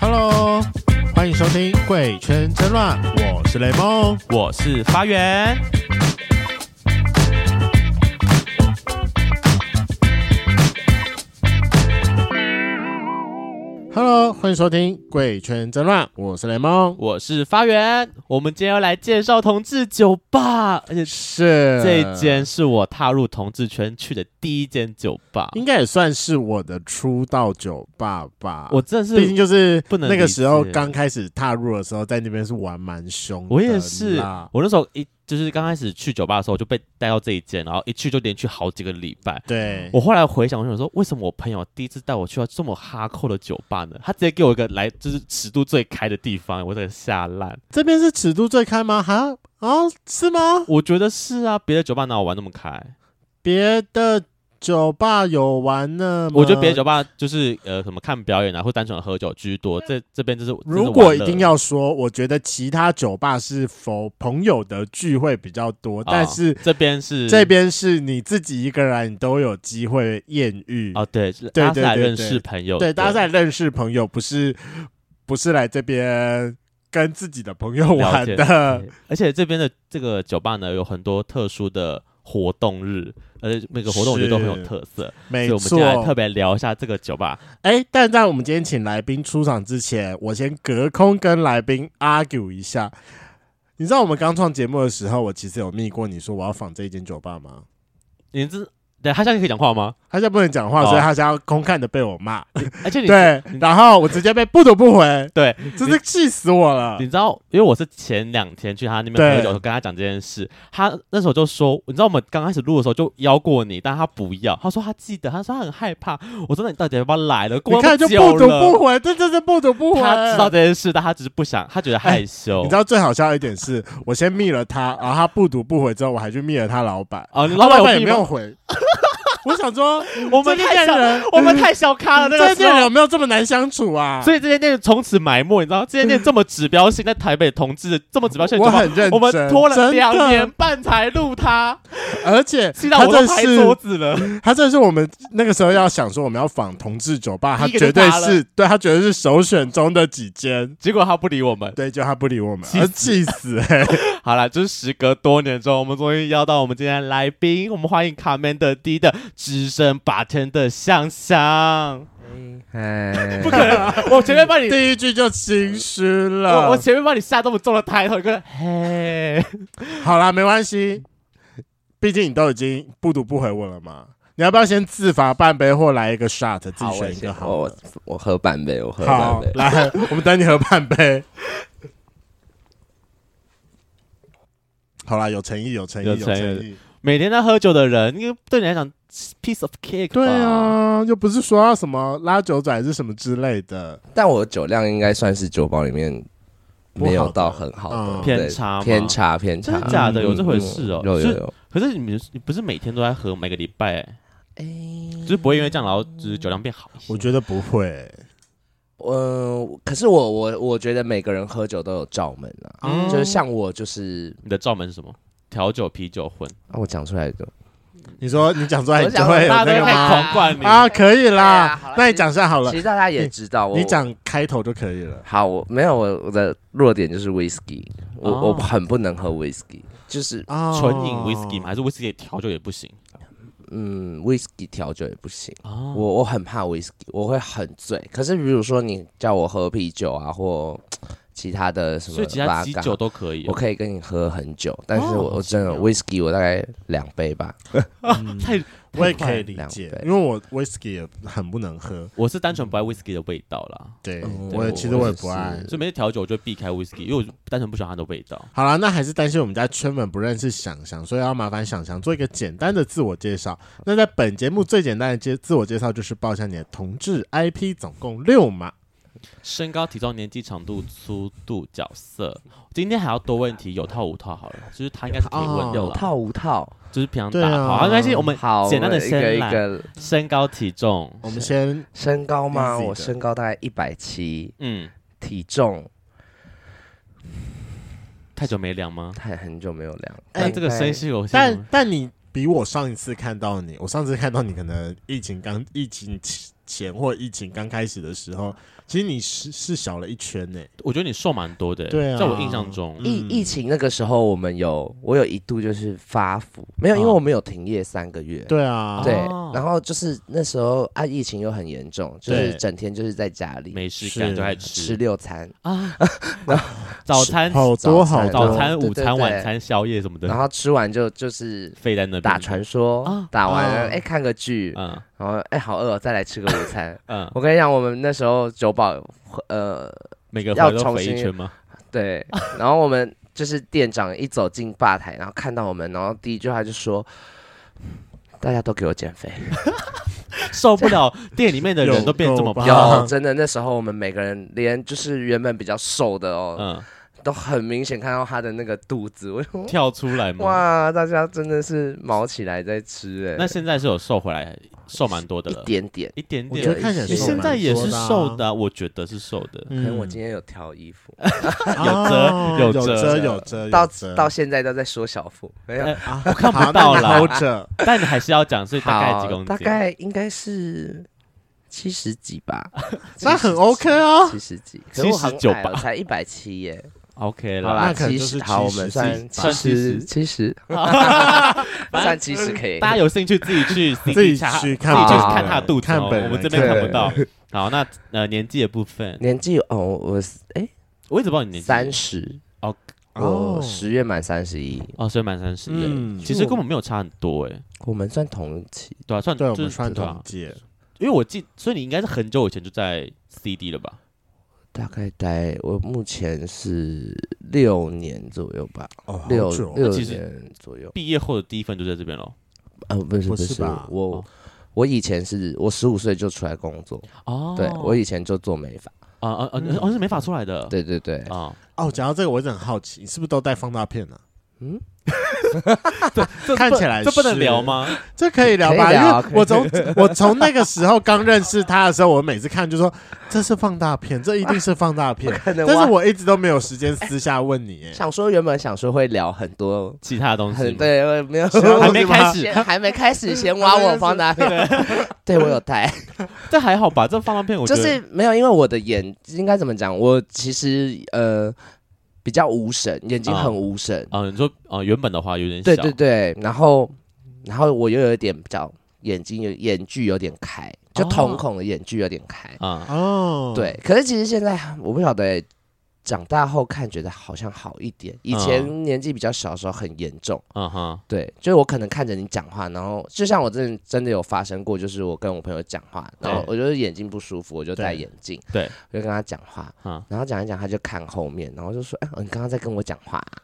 Hello，欢迎收听《贵圈真乱》，我是雷梦。我是发源。 Hello，欢迎收听《贵圈真乱》，我是雷梦。我是发源，我们今天要来介绍同志酒吧，而且是这一间是我踏入同志圈去的第一间酒吧。应该也算是我的出道酒吧吧。我真的毕竟是，就是不能那个时候理解刚开始踏入的时候，在那边是玩蛮凶的啦。我也是，我那时候一就是刚开始去酒吧的时候，我就被带到这一间，然后一去就连去好几个礼拜。对，我后来回想，我想说，为什么我朋友第一次带我去到这么哈扣的酒吧呢？他直接给我一个来就是尺度最开的地方，我真的吓烂。这边是尺度最开吗？哈啊，是吗？我觉得是啊，别的酒吧哪有玩那么开？别的酒吧有玩呢吗？我觉得别的酒吧就是呃什么看表演啊，或单纯喝酒居多。这这边就是如果一定，要说，我觉得其他酒吧是否朋友的聚会比较多，这是但玩乐啊是这边是这边是你自己一个人，你都有机会艳遇。哦，对，是对大家是来对对认识朋友，对，大家在认识朋友，不是不是来这边跟自己的朋友玩了解嗯的。对而且这边的这个酒吧呢，有很多特殊的活动日，而且每个活动我觉得都很有是特色，所没以我们今错天来，特别聊一下这个酒吧。哎，但在我们今天请来宾出场之前，我先隔空跟来宾 argue 一下。你知道我们刚创节目的时候，我其实有密过你说我要仿这一间酒吧吗？你这对他现在可以讲话吗？哎他现在不能讲话，哦所以他想要空看的被我骂。而且你对，然后我直接被不读不回，对，真是气死我了你。知道，因为我是前两天去他那边对喝酒，跟他讲这件事，他那时候就说，你知道我们刚开始录的时候就邀过你，但他不要，他说他记得，他说他很害怕。我说那你到底要不要来了？你过看就那么不久读不了，回，这真是不读不回。他知道这件事，但他只是不想，他觉得害羞。你知道最好笑的一点是，我先密了他，然后他不读不回之后，我还去密了他老板，哦，你他老老板板也病没有吗？回。 我想说，我们这太店小，人，我们太小咖了那这个时店人候。有没有这么难相处啊？所以这间店从此埋没，你知道这间店这么指标性，在台北同志这么指标性，我很认真，我们拖了真两的年，半才录它，而 且气到他我都这拍桌是子了。 他这是我们那个时候要想说我们要仿同志酒吧，他第一个绝就对他了是对他绝对是首选中的几间。结果他不理我们，对，就他不理我们，气而死气 死哎、好了，就是时隔多年之后，我们终于邀到我们今天的来宾，我们欢迎卡门的低的资深把天的香香。哎，不可能，我前面 帮你，第一句就心虚我了我。前面帮你下这么重的抬头，一个嘿，好啦，没关系，毕竟你都已经不读不回我了嘛。你要不要先自罚半杯，或来一个 shot，自己选一个好哦我了？我喝半杯，我喝半好杯，。来，我们等你喝半杯。 好啦，有诚意，有诚意，有有诚意诚意。每天在喝酒的人，因为对你来讲，piece of cake。对，啊，又不是说要什么拉酒仔还是什么之类的。但我酒量应该算是酒保里面没有到很好不好的的，嗯对偏差吗偏差偏差，真的假的？嗯有这回事哦。嗯有有是有。可是你们你不是每天都在喝，每个礼拜，欸哎，就是不会因为这样，然后就是酒量变好一些。我觉得不会嗯，可是我我我觉得每个人喝酒都有罩门啊，嗯就是像我就是你的罩门是什么？调酒、啤酒混，啊，我讲出来的，你说你讲出来，你我就想会有大家那都个在吗？狂灌你啊，可以啦，对啊好啦那你讲一下好了其，实大家也知道我你。讲开头就可以了。好，我没有我我的弱点就是 whisky，我、哦我很不能喝 whisky，就是啊纯饮 whisky 吗？？还是 whisky 调酒也不行？嗯，whisky 调酒也不行。哦啊，我我很怕 whisky，我会很醉。可是比如说你叫我喝啤酒啊，或其他的什么，所以其他基酒，都可以我哦、可以跟你喝很久。但是哦我、好我真的奇妙 whisky 我大概两杯吧。太，我也可以理解两，杯因为我 whisky 也很不能喝，我是单纯不爱 whisky 的味道啦，对嗯我也对其实我我也也不爱是。所以每次调酒我就避开 whisky，因为我就单纯不喜欢它的味道。好啦，那还是担心我们家圈粉不认识想想，所以要麻烦想想做一个简单的自我介绍。那在本节目最简单的介自我介绍就是报一下你的同志 IP，总共六码。身高、体重、年纪、长度、粗度、角色，今天还要多问题，有套无套好了，就是他应该是可以问的有啦，无套，就是平常对打啊好，没关系，我们好，简单的我一个先一来个身高、体重，我们先身高吗？ Easy 的我身高大概一百七，嗯，体重太久没量吗？太很久没有量。哎但这个大概身是有些什但么，但你比我上一次看到你，我上次看到你可能疫情刚疫情前前或疫情刚开始的时候，其实你是是小了一圈呢、我觉得你瘦蛮多的、对啊在我印象中，嗯疫疫情那个时候，我们有我有一度就是发福，没有，因为嗯我们有停业三个月。对啊，对哦，然后就是那时候啊，疫情又很严重，就是对整天就是在家里嗯没事干是就爱吃吃六餐， 啊，早餐、好多早好餐多早餐、对对午餐、对晚餐、宵夜什么然的，后吃完就就是废在那边打，传说啊，打完了啊哎看个剧，嗯然后哎好饿哦，再来吃个午餐。 嗯，我跟你讲，我们那时候酒保呃每个要回都重肥一新圈吗？对，然后我们就是店长一走进吧台，然后看到我们，然后第一句话就说：“大家都给我减肥。受不了店里面的人都变这么有胖，够啊有真的，那时候我们每个人连就是原本比较瘦的哦，嗯，都很明显看到他的那个肚子。我说跳出来吗？哇，大家真的是毛起来在吃哎、那现在是有瘦回来，瘦蛮多的一了，点点。一点我点觉得看起来有你瘦现在也是蛮瘦多的的啊、啊、我觉得是瘦的。嗯可能我今天有挑衣服，哎啊啊有有遮有遮遮有遮，到有遮到现在都在缩小腹，没有哎啊，我看不好那到你啦搂着，，但你还是要讲，所以大概好几公斤？大概应该是七十几吧 那很 OK 啊。七十几，可是我很79矮吧哦才一百七耶。 OK 好啦，那啦，可能七就是十，好，我们70算算70七十， 正算七十可以。大家有兴趣自己去 自己 CD 查去自己去本看人他的肚子看哦，本我们人这边看不看到。好，那呃年纪的部分，年纪哦，我哎我一直不知道你年纪三十，哦我十月满三十一，哦，所以满三十的，嗯，其实根本没有差很多哎，我们算同期。对啊，算对我就们是传对统啊界，因为我记，所以你应该是很久以前就在 CD 了吧？大概待我目前是六年左右吧，哦，好六久六那其实年左右。毕业后的第一份就在这边喽。呃，不是不不是是吧，我哦我以前是我十五岁就出来工作，哦对我以前就做美发，啊啊啊，哦是没法出来的。对 对对，啊，哦，讲到这个，我一直很好奇，你是不是都带放大片啊呢、这看不起来这不能是聊吗？这可以聊吧？可以聊因为我从我从那个时候刚认识他的时候，我每次看就说这是放大片，这一定是放大 片。可能但是我我一直都没有时间私下问你， 哎，想说原本想说会聊很多其他的东西很吗，对，我没有，还没开始先，还没开始，先挖 我放大片。对我有带，这还好吧？这放浪片我觉就得是没有，因为我的眼应该怎么讲？我其实呃比较无神，眼睛很无神。啊，你说啊，原本的话有点对小对对，然后然后我又有一点比较眼睛有眼距有点开，就哦瞳孔的眼距有点开。啊，哦，对，可是其实现在我不晓得、欸，长大后看觉得好像好一点。以前年纪比较小的时候很严重。嗯哼，对，就是我可能看着你讲话，然后就像我真的真的有发生过，就是我跟我朋友讲话，然后对我就是眼睛不舒服，我就戴眼镜，对，我就跟他讲话，嗯然后讲一讲，他就看后面，然后就说：“哎、你刚刚在跟我讲话啊、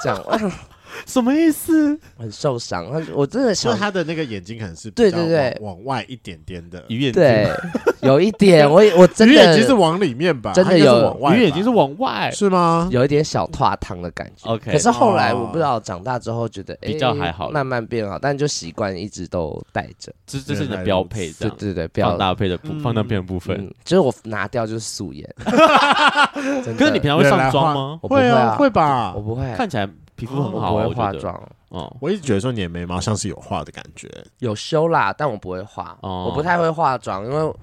这样 我什么意思？很受伤。”他我真的就想是，他的那个眼睛可能是比对较对对往往外一点点的，鱼眼睛，对，有一点，我也我真鱼眼的睛是往里面吧？真的它应该是有往外吧， 鱼眼睛是往外。是吗？有一点小跨糖的感觉。 OK，可是后来我哦不知道，长大之后觉得、哎比较还好了慢慢变好，但就习惯一直都戴着。这这是你原来的如标配，这对样对对，不放要。大配的部嗯放大片的部分。嗯，就是我拿掉就是素颜， 真可是的你平常会原来上妆化吗？我不会啊，会吧我？不会，看起来皮肤我很好不啊，会我化觉得。妆，哦，我一直觉得说你的眉毛像是有画的感觉，有修啦，但我不会化，哦我不太会化妆，因为我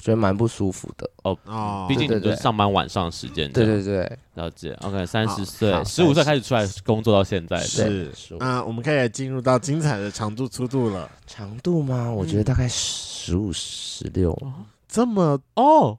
觉得蛮不舒服的。哦，毕竟对你就对是对上班晚上的时间。对，对对，了解。OK，三好十岁，好十五岁30开始出来工作到现在的，是是那我们可以进入到精彩的长度粗度了。长度吗？我觉嗯得大概十五、十六，这么哦，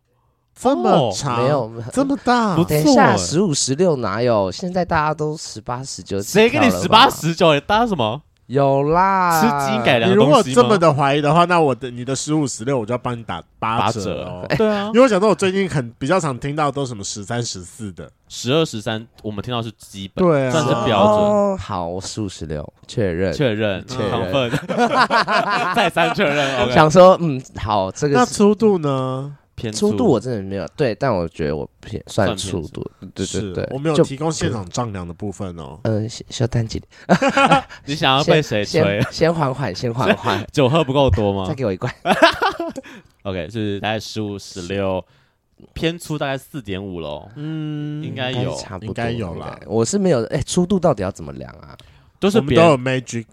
这么长，哦没有。这么大不，等一错下，欸十五、十六哪有？现在大家都十八、十九，谁给你十八、？十九？搭什么？有啦，吃鸡改你良的如果东西这么吗？的怀疑的话，那我的你的十五十六，我就要帮你打八八折折哦。对啊因，为我想到我最近很比较常听到都什么十三十四的，十二、十三，我们听到是基本，对啊算是标准。哦。好，我十五、十六，确认。确认，确认亢奋，再三确认。OK，想说，嗯，好，这那个是粗度呢？偏粗度我真的没有对，但我觉得我偏算算偏粗粗度，对是对对，我们有就提供现场丈量的部分哦。嗯，小小丹姐，你想要啊被谁吹，先？先缓缓，先缓缓酒喝不够多再吗给我一罐。 ？OK，是大概十五、十六，偏粗大概四点五喽，嗯应该有，差不多，应该有啦应该我是没有，哎，粗度到底要怎么量啊？都是我们别都人有 magic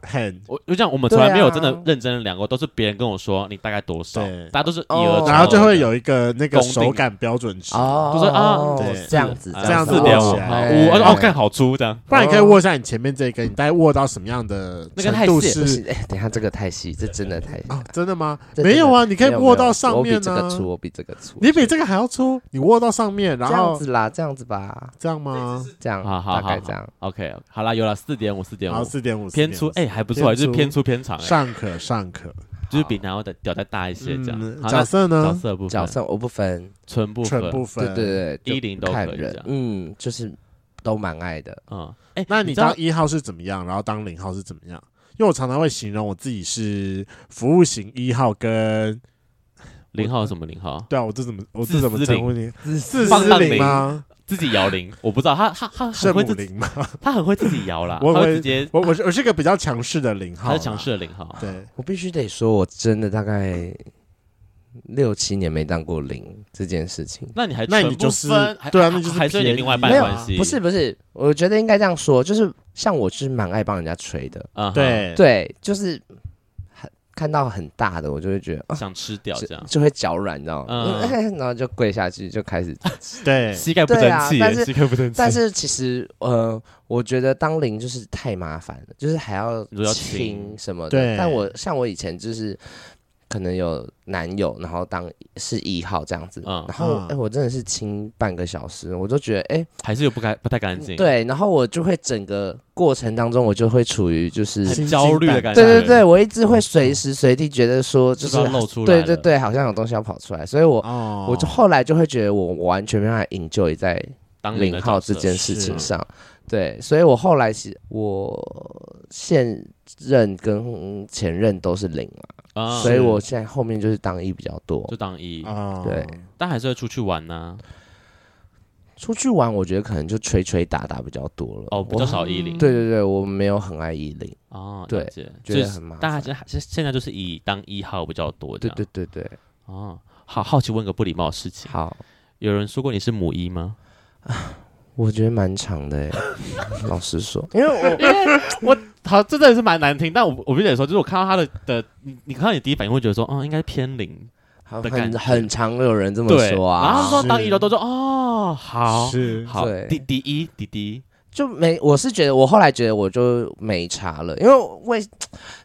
很我就讲，我们从来没有真的对啊认真的量过，都是别人跟我说你大概多少对，大家都是以哦讹，然后就会有。有一个那个公定手感标准值，哦，就说啊对这样子，这这样样子子聊聊起我，来好哎五，哎哦，看好粗这样，不然你可以握一下你前面这个，你大概握到什么样的那个程太度细是不是，哎，等一下这个太细，这真的太细。啊？真的吗？这真的没有啊，你可以没有握到没有上面我比这呢、个粗，我比这个粗。你比这个还要粗，你握到上面，然这样后子啦，这样子吧，这样吗？这样，好好大好，概这样。好 OK，好啦，有了四点五，四点然后五，四点五偏粗，，哎，还不错，偏就是粗偏粗偏长，哎，上可上可。就是比男友的屌再大一些这样。嗯好角那色角呢？色部角分，色我不分，纯部分全，部分。对对对，一零就都看可以这人样，嗯，就是都蛮爱的。嗯，哎，那你知道当一号是怎么样？然后当零号是怎么样？因为我常常会形容我自己是服务型一号跟零号是什么零号？对啊，我这怎么我这自怎么私称零呼你？自自放私荡零零吗？自己摇铃，我不知道，他他他圣 很母会自己，零吗？他很会自己摇啦，我他会会直接，我我是我是个比较强势的零号他啦，是强势的啊零号，对，我必须得说，我真的大概六七年没当过零这件事情。那你还那纯你部就是分还对啊还那就是还是你便另外一宜半没的有啊关系，不是不是，我觉得应该这样说，就是像我就是蛮爱帮人家吹的，啊哈，对，对，就是很看到很大的，我就会觉得啊，想吃掉就这样，就会脚软，你知道吗？嗯 然后就跪下去，就 开始。对，膝盖不对争啊气但耶，是膝盖不争气，但是其实呃，我觉得当零就是太麻烦了，就是还要你说要亲亲什么对的。但我像我以前就是可能有男友，然后当是一号这样子，嗯然后哎、嗯我真的是亲半个小时，我就觉得哎、还是有不该不太干净，，对，然后我就会整个过程当中，我就会处于就是。心很焦虑的惊感觉，对对对，，我一直会随时随地觉得说，就是不知道露出来对了对对，好像有东西要跑出来，所以我、哦，我就后来就会觉得我我完全没办法 enjoy 在当零号这件事，事情是上。对，所以我后来是我现任跟前任都是零啊，啊所以嗯我现在后面就是当一比较多就。当一，哦，对但还是会出去玩呐，出去玩，我觉得可能就吹吹打打比较多了。哦，比我较少一零，对对对，我没有很爱一零。哦，对了解，觉得就是很麻烦大家现在还是现在就是以当一号比较多，对对，对对，哦，好好奇问个不礼貌的事情，好，有人说过你是母一 吗？我觉得蛮长的 欸老实说，因为好，这真的是蛮难听，但我我必须得说，就是我看到他的的，你你看到你第一反应会觉得说，哦，应该偏零，很的感很觉很常有人这么对，说啊。然后他说是当一楼都说，哦，好，是好，对滴滴一滴滴，就没，我是觉得我后来觉得我就没查了，因为为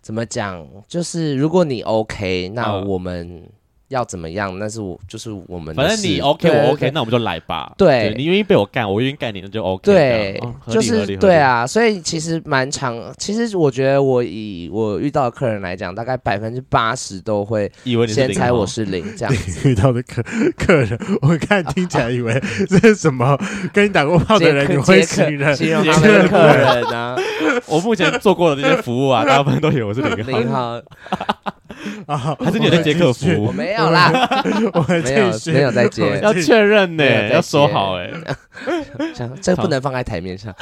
怎么讲，就是如果你 OK，那嗯我们要怎么样？那是我就是我们的反事，正你 OK，对我 OK，。对那我们就来吧。对你愿意被我干，我愿意干你，那就 OK 这对样。哦，合理就是合理合理对啊，所以其实蛮长。其实我觉得我以我遇到的客人来讲，大概百分之八十都会以为你是先零猜号我是零 这样。遇到的客客人，我看听起来以为这是什么跟你打过炮的人， 接你客会接客信任形容他们的客人啊， 我目前做过的这些服务 啊，大部分都以为我是 零号。零号啊？还是你有在接客服我没有啦，我们没有继续没有在 接 要确认呢、没有在接要说 好哎、想这不能放在台面上，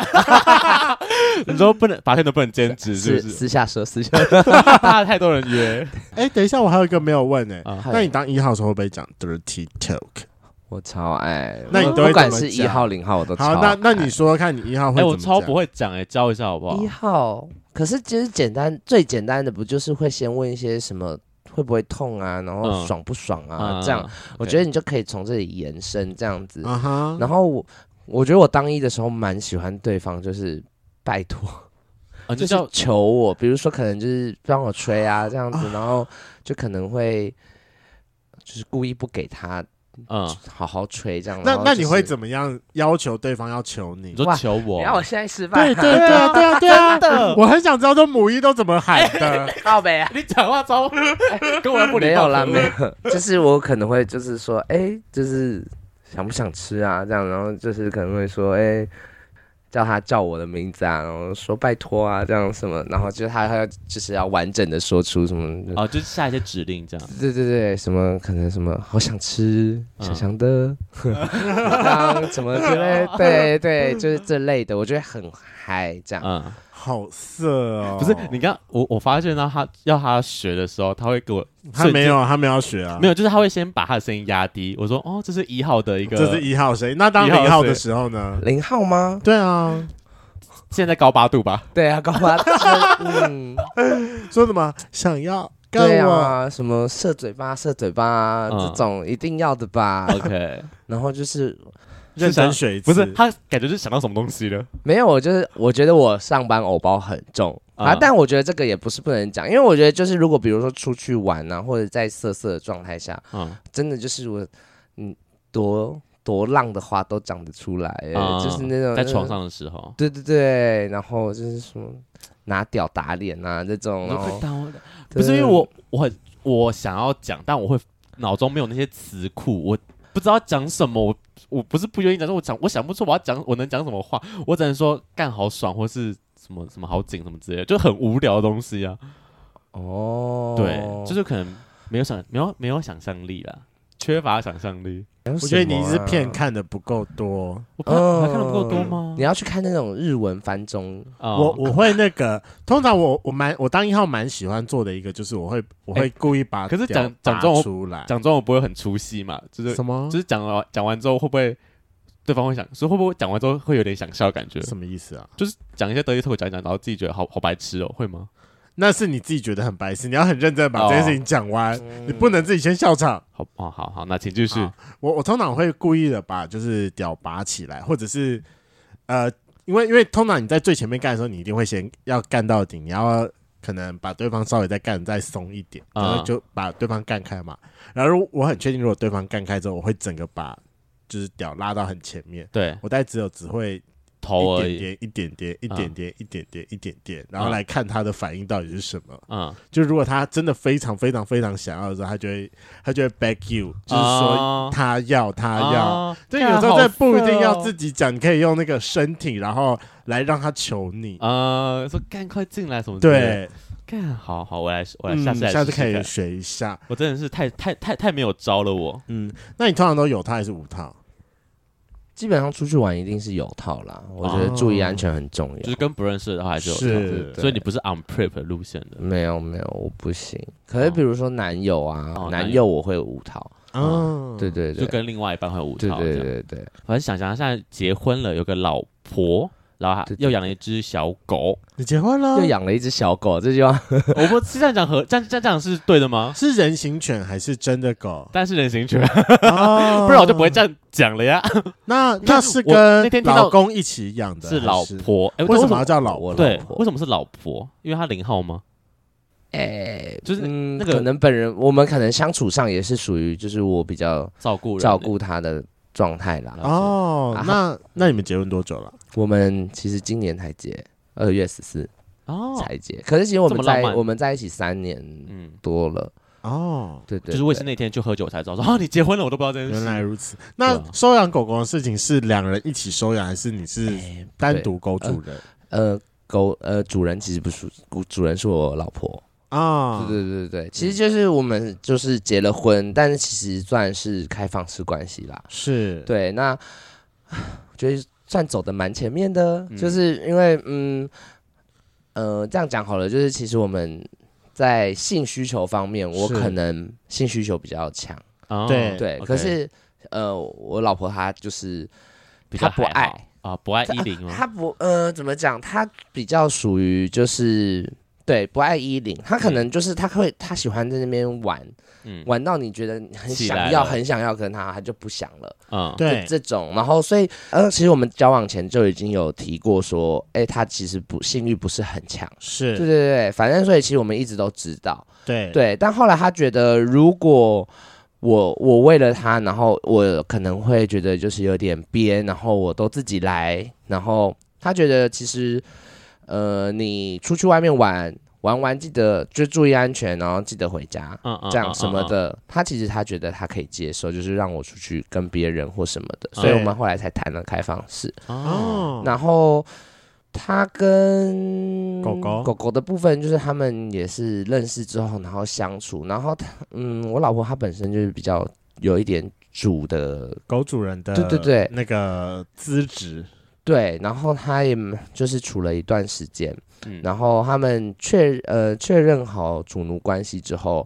你说不能，白天都不能兼职，是私不 是？私下说，私下怕太多人约哎，等一下，我还有一个没有问哎，啊。那你当一号的时候会不会讲 dirty talk？我超爱，那你我都会不管怎么是一讲号零号我都超好，那那你说说看你一号哎、会我怎么超讲不会讲哎、教一下好不好一？号，可是其实简单最简单的不就是会先问一些什么会不会痛啊，然后嗯爽不爽啊、嗯这样，，我 OK 觉得你就可以从这里延伸这样子。啊哈，然后我我觉得我当一的时候蛮喜欢对方就是。拜 托，啊，就就是叫求我，比如说可能就是帮我吹啊这样子，然后就可能会就是故意不给他嗯，好好吹这样。那然后那就你会是怎么样要求对方要求你你？说哇求你我，要我现在示对范啊？对对啊对啊对 啊！我很想知道这母一都怎么喊的。靠北啊！你讲话超 跟 我不没礼有貌可恶啦，没有， 就是我可能会就是说，哎、就是想不想吃啊？这样，然后就是可能会说，哎、叫他叫我的名字啊，然后说拜托啊，这样什么，然后就是他他就是要完整的说出什么，哦，就是下一些指令这样。对对对，什么可能什么好想 吃嗯想想的，当什么之类，对对，就是这类的，我觉得很嗨这样。嗯，好色哦！不是你刚我我发现到他要他学的时候，他会给我他没有，他没有要学啊，没有，有，就是他会先把他的声音压低。我说哦，这是一号的一个，这是一号谁？那当一号零号谁的时候呢？零号吗？对啊，现在高八度吧？对啊，搞吧，嗯，说什么想要干对我？啊，什么射嘴巴、射嘴巴啊、嗯哦这种一定要的吧。 OK，然后就是认是想真学一次， 不是他感觉是想到什么东西了？没有，我就是我觉得我上班偶包很重啊，啊但我觉得这个也不是不能讲，因为我觉得就是如果比如说出去玩啊，或者在色色的状态下，嗯，真的就是我嗯多多浪的话都讲得出来、欸啊就是那种在床，上的时候，对对对，然后就是什么拿屌打脸啊这种，哦然后不是因为我我很我想要讲，但我会脑中没有那些词库，我不知道讲什么，我我不是不愿意讲，但我讲我想不出我要讲我能讲什么话，我只能说干好爽或是什么什么好紧什么之类的，就很无聊的东西啊。哦，对，就是可能没有想没有没有想象力啦，缺乏想象力。我我觉得你是片，看的不够多。我看、哦我还看的不够多吗你？要去看那种日文翻中，啊我我会那个，通常我我蛮我当一号蛮喜欢做的一个，就是我会我会故意把哎可是屌讲讲拔这种出来，讲中我不会很出戏嘛，就是什么就是讲了讲完之后会不会对方会想，所以会不会讲完之后会有点想笑的感觉？什么意思啊？就是讲一些德语脱口讲一讲，然后自己觉得好好白痴哦，会吗？那是你自己觉得很白痴，你要很认真地哦把这件事情讲完，嗯你不能自己先笑场。好哦，好好，那请继续。好我我通常会故意的把就是屌拔起来，或者是呃，因为因为通常你在最前面干的时候，你一定会先要干到底，你要可能把对方稍微再干再松一点，然啊后就把对方干开嘛。然后如我很确定，如果对方干开之后，我会整个把就是屌拉到很前面。对，我大概只有只会头一而点已。点、一点点、一点点、一点点、一点点，然后啊来看他的反应到底是什么。嗯，就如果他真的非常非常非常想要的时候，他就会他就会 back you，就是说啊他要他要。啊对，有时候这不一定要自己己讲，你可以用那个身体，然后来让他求你。啊，说干快进来什么之类的。对，干好好，我来我来嗯，下次来下次试试可以看学一下。我真的是太太太太没有招了我，嗯，那你通常都有套还是无套？基本上出去玩一定是有套啦，我觉得哦注意安全很重就要是。跟不认识的话还是有是对差所以你不是 on prep 路线的。没有没有，我不行。可是哦比如说男友啊，哦男男友友我会五套，嗯哦，对对对，就跟另外一半会有误对差。对对对，反正想想现在结婚了，有个老婆，然后还对对又养了一只小狗。 你结婚了又？养了一只小狗，这句话我不是这样讲合，这样这样讲是对的吗？是人形犬还是真的狗 ？但是人形犬，哦不然我就不会这样讲了 呀。那看那是我跟那天听到老公一起养的，是啊老还婆，哎、为什么么要叫老我婆？对老婆？为什么是老婆？因为她零号吗？ 哎，就是嗯那个可能本人我们可能相处上也是属于就是我比较照顾人照顾他的状态啦。了解哦啊，那那你们结婚多久了？我们其实今年才结，二月十四哦，才结，可是其实我们这么浪在漫我们在一起三年嗯，多了，哦，对对，就是我也对是那天去喝酒才知道说啊，你结婚了，我都不知道这件原事。来如此。啊那收养狗狗的事情是两人一起收养，还是你是哎单独狗主人呃狗呃主人其实不是主人是我老婆，啊？对对对对，嗯其实就是我们就是结了婚，但是其实算是开放式关系啦。是，对，那 我觉得算走的蛮前面的，嗯就是因为嗯呃这样讲好了，就是其实我们在性需求方面，我是可能性需求比较强，哦对对， OK 可是呃我老婆她就是比较她不还好爱啊，不爱一零吗？她不呃怎么讲，她比较属于就是。对，不爱衣领，她可能就是她会，她喜欢在那边玩，嗯玩到你觉得你很起想来要，了很想要，可能他他就不想了，嗯，对就，这种。然后所以呃，其实我们交往前就已经有提过说，哎、他其实不性欲不是很强。对是，对对，对反正所以其实我们一直都知道，对，对。但后来他觉得，如果我我为了他，然后我可能会觉得就是有点憋，然后我都自己来，然后他觉得其实呃，你出去外面玩玩完，记得就注意安全，然后记得回家。嗯嗯这嗯样什么嗯嗯的，他其实他觉得他可以接受，就是让我出去跟别人或什么的，嗯所以我们后来才谈了开放式。哦，哦，然后他跟狗狗狗狗的部分，就是他们也是认识之后，然后相处，然后他嗯，我老婆她本身就是比较有一点主的，狗主人的对对对那个资质对，然后她也就是处了一段时间，嗯然后他们确呃确认好主奴关系之后。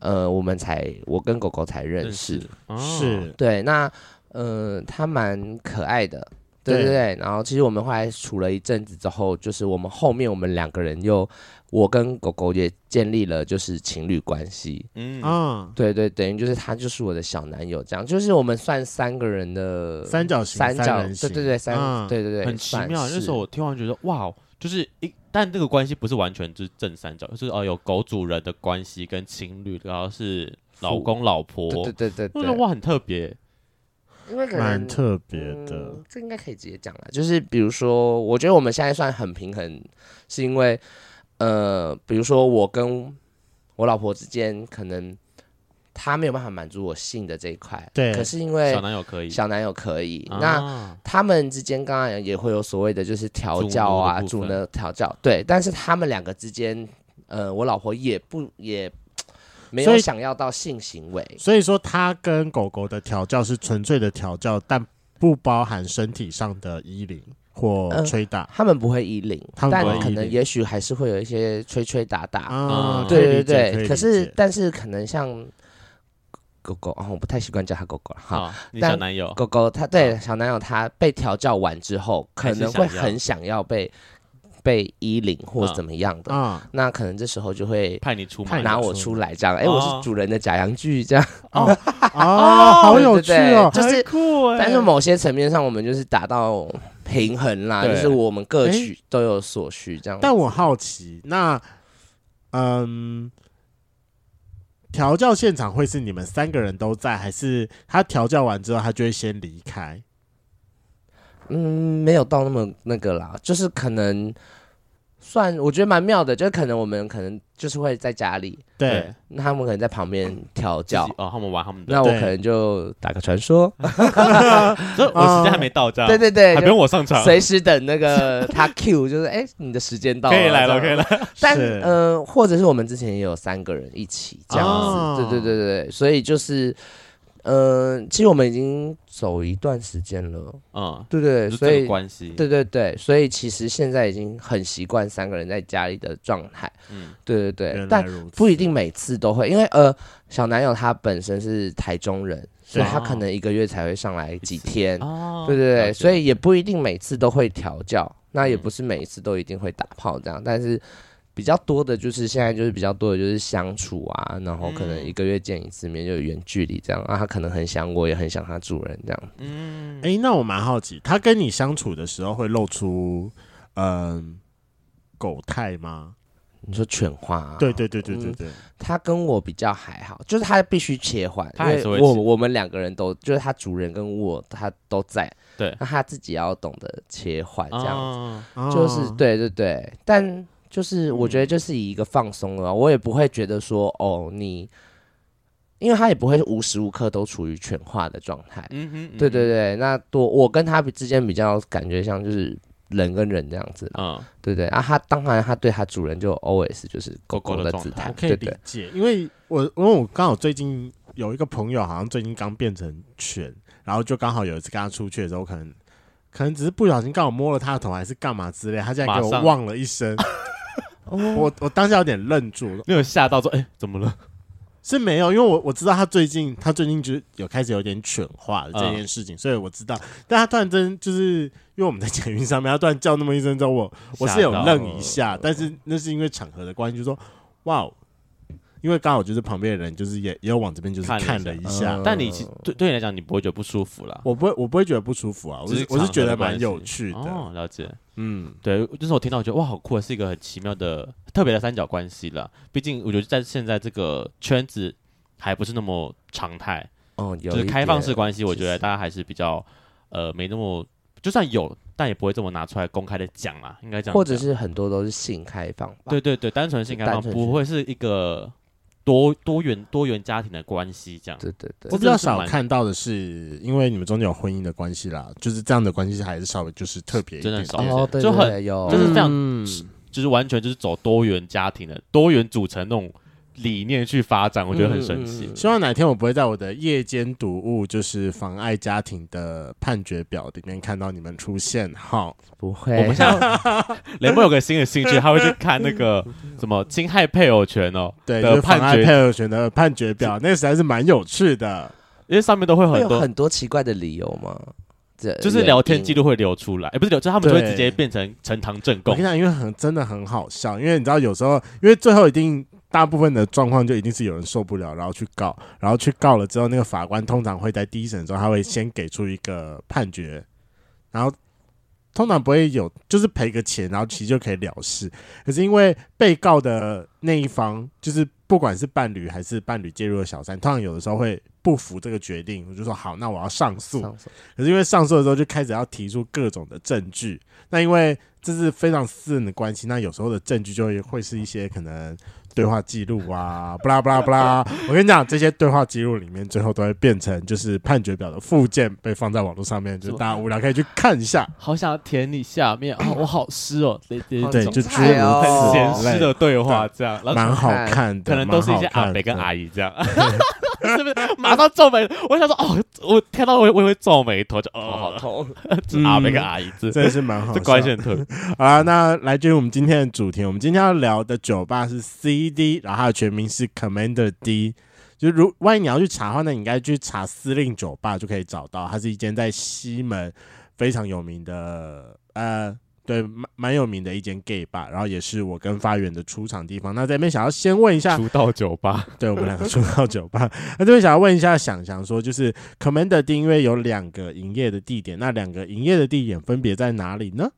呃，我们才我跟狗狗才认识，哦是对，那呃，它蛮可爱的，对对对对，然后其实我们后来处了一阵子之后，就是我们后面我们两个人又，我跟狗狗也建立了就是情侣关系。嗯啊，对对，等于就是他就是我的小男友，这样就是我们算三个人的三角形三角，三人对形对对三嗯对对对，很奇算妙。那是时候我听完觉得哇哦，就是一，但这个关系不是完全就是正三角，就是哦有狗主人的关系跟情侣，然后是老公老婆，对对对对我觉得对，哇很特别。因为可能蛮特别的嗯，这应该可以直接讲了。就是比如说，我觉得我们现在算很平衡，是因为呃，比如说我跟我老婆之间，可能她没有办法满足我性的这一块，对可是因小为男友可以，小男友可以，那啊他们之间刚刚也会有所谓的就是调教啊，主主奴的部分呢调教，对，但是他们两个之间，呃，我老婆也不也。没所有以想要到性行为，所以说它跟狗狗的调教是纯粹的调教，但不包含身体上的依领或嗯吹打他们不会依领，他们但不会可依能领也许还是会有一些吹吹打打。啊，嗯可以对对理解对，以可是理解但是可能像狗狗哦，我不太习惯叫它狗狗了。好，好，你但小男友狗狗它对小男友他被调教完之后，还可是能会想要很想要被被依领或嗯怎么样的，啊，那可能这时候就会。派你出派门你拿出我门出来这样，哎、我哦是主人的假洋剧这样，哦哦，好有趣哦，啊对对对就是很酷哎，但是某些层面上，我们就是达到平衡啦，对就是我们各哎取都有所需这样。但我好奇，那嗯，调教现场会是你们三个人都在，还是他调教完之后他就会先离开？嗯，没有到那么那个啦，就是可能算我觉得蛮妙的，就是可能我们可能就是会在家里，对，那他们可能在旁边调自教己，哦，他们玩他们的，那我对可能就打个传说，所以我时间还没到家，对对对，还不就用我上场，随时等那个他 Q，就是哎、你的时间 到可以来了，这可样以来，但是呃，或者是我们之前也有三个人一起这样哦子，对对对对对，所以就是。嗯、其实我们已经走一段时间了，嗯，对对就是对，所这以个关系，对对对，所以其实现在已经很习惯三个人在家里的状态。嗯，对对原对，来但如此，不一定每次都会，因为呃，小男友他本身是台中人，所以他可能一个月才会上来几天。哦对对了解对，所以也不一定每次都会调教，那也嗯不是每一次都一定会打炮这样，但是。比较多的就是现在就是比较多的就是相处啊，然后可能嗯一个月见一次面，就有远距离这样啊。他可能很想我，也很想他主人这样。嗯，哎、那我蛮好奇，他跟你相处的时候会露出嗯、狗态吗？你说犬化、啊？对对对对对对，他跟我比较还好，就是他必须切换，他还是因会为我切我们两个人都就是他主人跟我他都在，对那他自己要懂得切换，这样、样，哦就是对对对，但就是嗯我觉得就是以一个放松了，我也不会觉得说哦你，因为他也不会无时无刻都处于犬化的状态，嗯哼，嗯对对哼，对，那多我跟他之间比较感觉像就是人跟人这样子啦，嗯，对对啊，他当然他对他主人就 always 就是狗狗狗的狗的状姿态态我，可以对理对解，因为我因为我刚好最近有一个朋友，好像最近刚变成犬，然后就刚好有一次跟他出去的时候，可能可能只是不小心刚好摸了他的头，还是干嘛之类，他竟然给马我上望了一声，哦我我当下有点愣住，你有吓到说，哎，怎么了？是没有，因为我我知道他最近他最近就是有开始有点犬化的这件事情，所以我知道，但他突然真就是因为我们在捷运上面，他突然叫那么一声之后，我我是有吓到愣一下，但是那是因为场合的关系，就说哇哦，因为刚好就是旁边的人就是也也有往这边就是看了一下看了一下，嗯但你其对对你来讲，你不会觉得不舒服啦。我不会我不会觉得不舒服啊，我只是我是场合觉的得关蛮系有趣的，哦，了解。嗯，对，就是我听到，我觉得哇，好酷啊，是一个很奇妙的、特别的三角关系啦。毕竟我觉得在现在这个圈子还不是那么常态，哦，有就是一开放点式关系，我其觉得实大家还是比较呃没那么，就算有，但也不会这么拿出来公开的讲啦，应该这样讲。或者是很多都是性开放吧。对对对，单纯性开放单纯不性会是一个多多元多元家庭的关系这样。对对对我这比较真的是少蛮看到的是，因为你们中间有婚姻的关系啦，就是这样的关系还是稍微就是特别一真的点少点见哦，对就对很对有，就是非常嗯就是完全就是走多元家庭的多元组成那种理念去发展，我觉得很神奇。嗯嗯嗯希望哪天我不会在我的夜间读物，就是妨碍家庭的判决表里面看到你们出现。好，不会。啊我们现在嗯雷梦有个新的兴趣，他会去看那个什么侵害配偶权哦，对，的就是妨判碍决配偶权的判决表，那个实在是蛮有趣的。因为上面都会有会很有多很多奇怪的理由吗？这就是聊天记录会流出来，哎、不是流，就他们就会直对接变成呈堂证我供跟你。讲，因为很真的很好笑，因为你知道有时候，因为最后一定大部分的状况就一定是有人受不了，然后去告，然后去告了之后，那个法官通常会在第一审的时候，他会先给出一个判决，然后通常不会有就是赔个钱，然后其实就可以了事。可是因为被告的那一方，就是不管是伴侣还是伴侣介入的小三，通常有的时候会不服这个决定，我就说好，那我要上诉。上手可是因为上诉的时候就开始要提出各种的证据，那因为这是非常私人的关系，那有时候的证据就会会是一些可能对话记录啊， 不啦不啦不啦。我跟你讲，这些对话记录里面最后都会变成就是判决表的附件，被放在网络上面，就是大家无聊可以去看一下。好想舔你下面啊、我好湿哦，对对好对，精就诸彩如哦很此咸类湿的对话这样，然后蛮好看的，可能都是一些蛮好看阿的北跟阿姨这样，是不是？马上皱眉，我想说哦，我看到我我也会皱眉头，就哦，好 哦，痛，这阿北跟阿姨这真的是蛮好笑这的，关系很特别。好啦，那来进入我们今天的主题。我们今天要聊的酒吧是 CD，然后它的全名是 Commander D。就如万一你要去查的话，那你应该去查司令酒吧就可以找到。它是一间在西门非常有名的，呃，对，蛮蛮有名的一间 gay bar，然后也是我跟发源的出场地方。那这边想要先问一啊下，出道酒吧，对我们两个出到酒吧。 那这边想要问一下，想想说，就是 Commander D 因为有两个营业的地点，那两个营业的地点分别在哪里呢？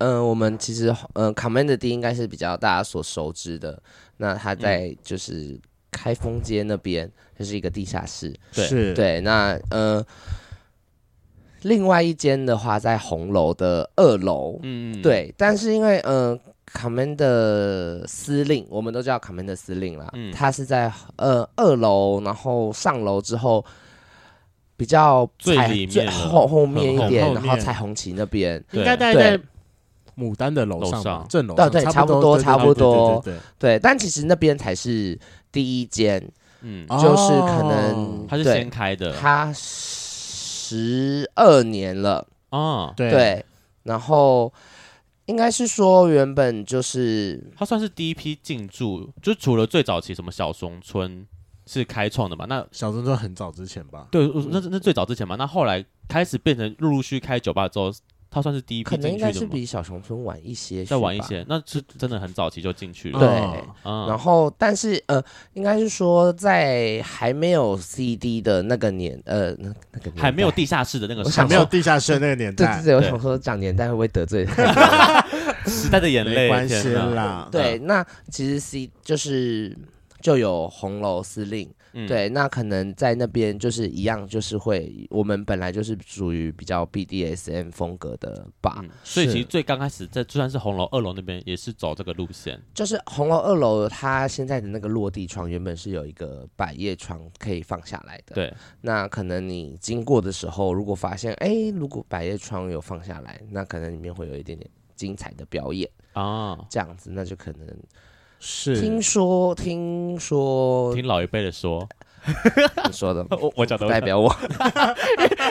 嗯，我们其实嗯，Commander D 应该是比较大家所熟知的。那嗯它在就是开封街那边，就是一个地下室。对是，对，那呃，另外一间的话在红楼的二楼。嗯，对，但是因为呃，Commander 司令，我们都叫 Commander 司令啦，嗯他是在呃二楼，然后上楼之后。比较最彩里最面了后后面很一后点，后然后面彩虹旗那边，应该大概在牡丹的楼上吧楼上，正楼上，对对差差不多对对差不多对对对对对，但其实那边才是第一间，嗯，对就是可能哦他是哦对先开的，他呃十二年了，啊，对对，然后应该是说原本就是他算是第一批进驻，就除了最早期什么小松村是开创的嘛，那小村庄很早之前吧，对，呃我那那最早之前嘛，那后来开始变成陆陆续开酒吧之后，他算是第一可批能进应去该的是嘛，比小熊村晚一些，再晚一。些，那是真的很早期就进去了，对哦嗯，然后，但是呃，应该是说在还没有 CD 的那个年，呃，那那个年代还没有地下室的那个我时还想候没有地下室那个年对对代，对，我对想说讲年代会不会得罪人？ 时代的眼泪，没关系天哪，啦。对，那其实 C 就是就有红楼司令，嗯，对，那可能在那边就是一样，就是会我们本来就是属于比较 BDSM 风格的吧，嗯，所以是其实最刚开始在就算是红楼二楼那边也是走这个路线，就是红楼二楼它现在的那个落地窗原本是有一个百叶窗可以放下来的，，对，那可能你经过的时候，如果发现哎，诶如果百叶窗有放下来，那可能里面会有一点点。精彩的表演啊，这样子，那就可能是听说听说听老一辈的说，你说 的我我讲的不代表我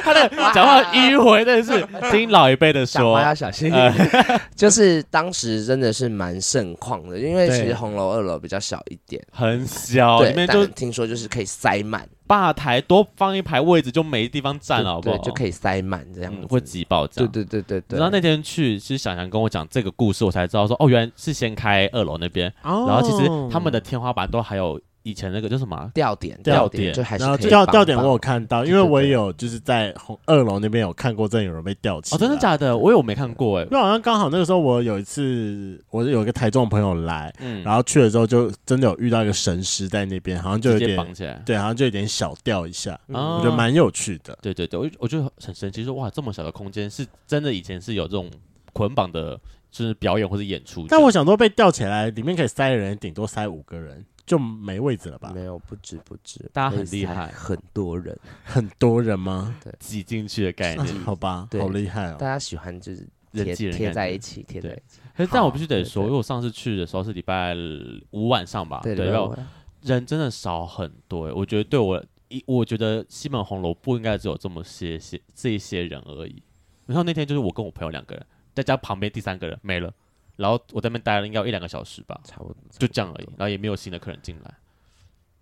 他的讲话迂回，但是 听老一辈的讲说话，要小心。呃 就是当时真的是蛮盛况的，因为其实对红楼二楼比较小一点，很小，对哦里，面但就听说就是可以塞满，吧台多放一排位置就没地方站了，好不对，好？就可以塞满这样嗯子，会挤爆这对样。对对对对。然后那天去，其实想想跟我讲这个故事，我才知道说，哦，原来是先开二楼那边，哦然后其实他们的天花板都还有以前那个叫什么啊吊点吊点点就还是然后可以吊绑吊点绑我有看到，因为我也有就是在红二楼那边有看过，真的有人被吊啊起。哦，真的？假的？我有没看过哎因，为好像刚好那个时候我有一次，我有一个台中朋友来，嗯，然后去了之后就真的有遇到一个神师在那边，好像就有直接绑点起来。对，好像就有点小吊一下，我啊觉得蛮有趣的。对对对，我就我就很神奇，说哇，这么小的空间是真的以前是有这种捆绑的，就是表演或者演出这样。但我想说，被吊起来，里面可以塞的人，顶多塞五个人，就没位子了吧？没有不止不止，大家可以很厉塞害哦很多人，很多人吗？挤进去的概啊念。好吧，对好厉害大哦！家喜欢就是人贴挤人贴感在觉一起，贴在对一起，可是但我好必须得说，对对因为我上次去的时候是礼拜五晚上吧，对啊对，对礼拜五人真的少很多、欸。我觉得对我一，我觉得西门红楼不应该只有这么些些这些人而已。然后那天就是我跟我朋友两个人，再加旁边第三个人没了，然后我在那边待了应该有一两个小时吧，差不多就这样而已。然后也没有新的客人进来，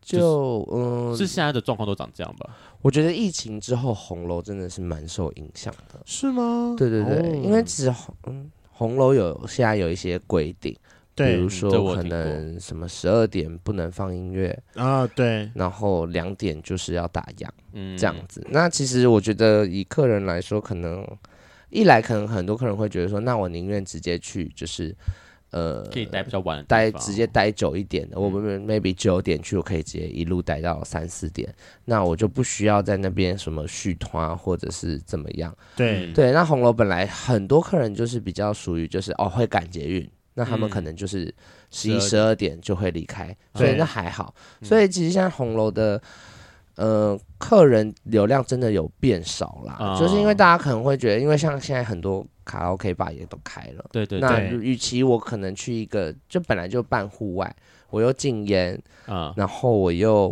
就嗯，是现在的状况都长这样吧？我觉得疫情之后红楼真的是蛮受影响的。哦是吗？对对对，哦因为其实红嗯红楼有现在有一些规定，比对如这说我可听过能什么十二点不能放音乐，啊，对，然后两点就是要打烊嗯，这样子。那其实我觉得以客人来说，可能一来可能很多客人会觉得说，那我宁愿直接去就是呃可以待比较晚的地待方，嗯直接待久一点的，我们 maybe 九点去，我可以直接一路待到三四点，那我就不需要在那边什么续团啊或者是怎么样。对，嗯对，那红楼本来很多客人就是比较属于就是哦会赶捷运，那他嗯们可能就是十一12十二点就会离开，对嗯所以那还好。所以其实现在红楼的。呃，客人流量真的有变少啦，啊就是因为大家可能会觉得，因为像现在很多卡拉 OK 吧也都开了，对对那对，对与其我可能去一个就本来就办户外，我又禁烟，嗯，然后我又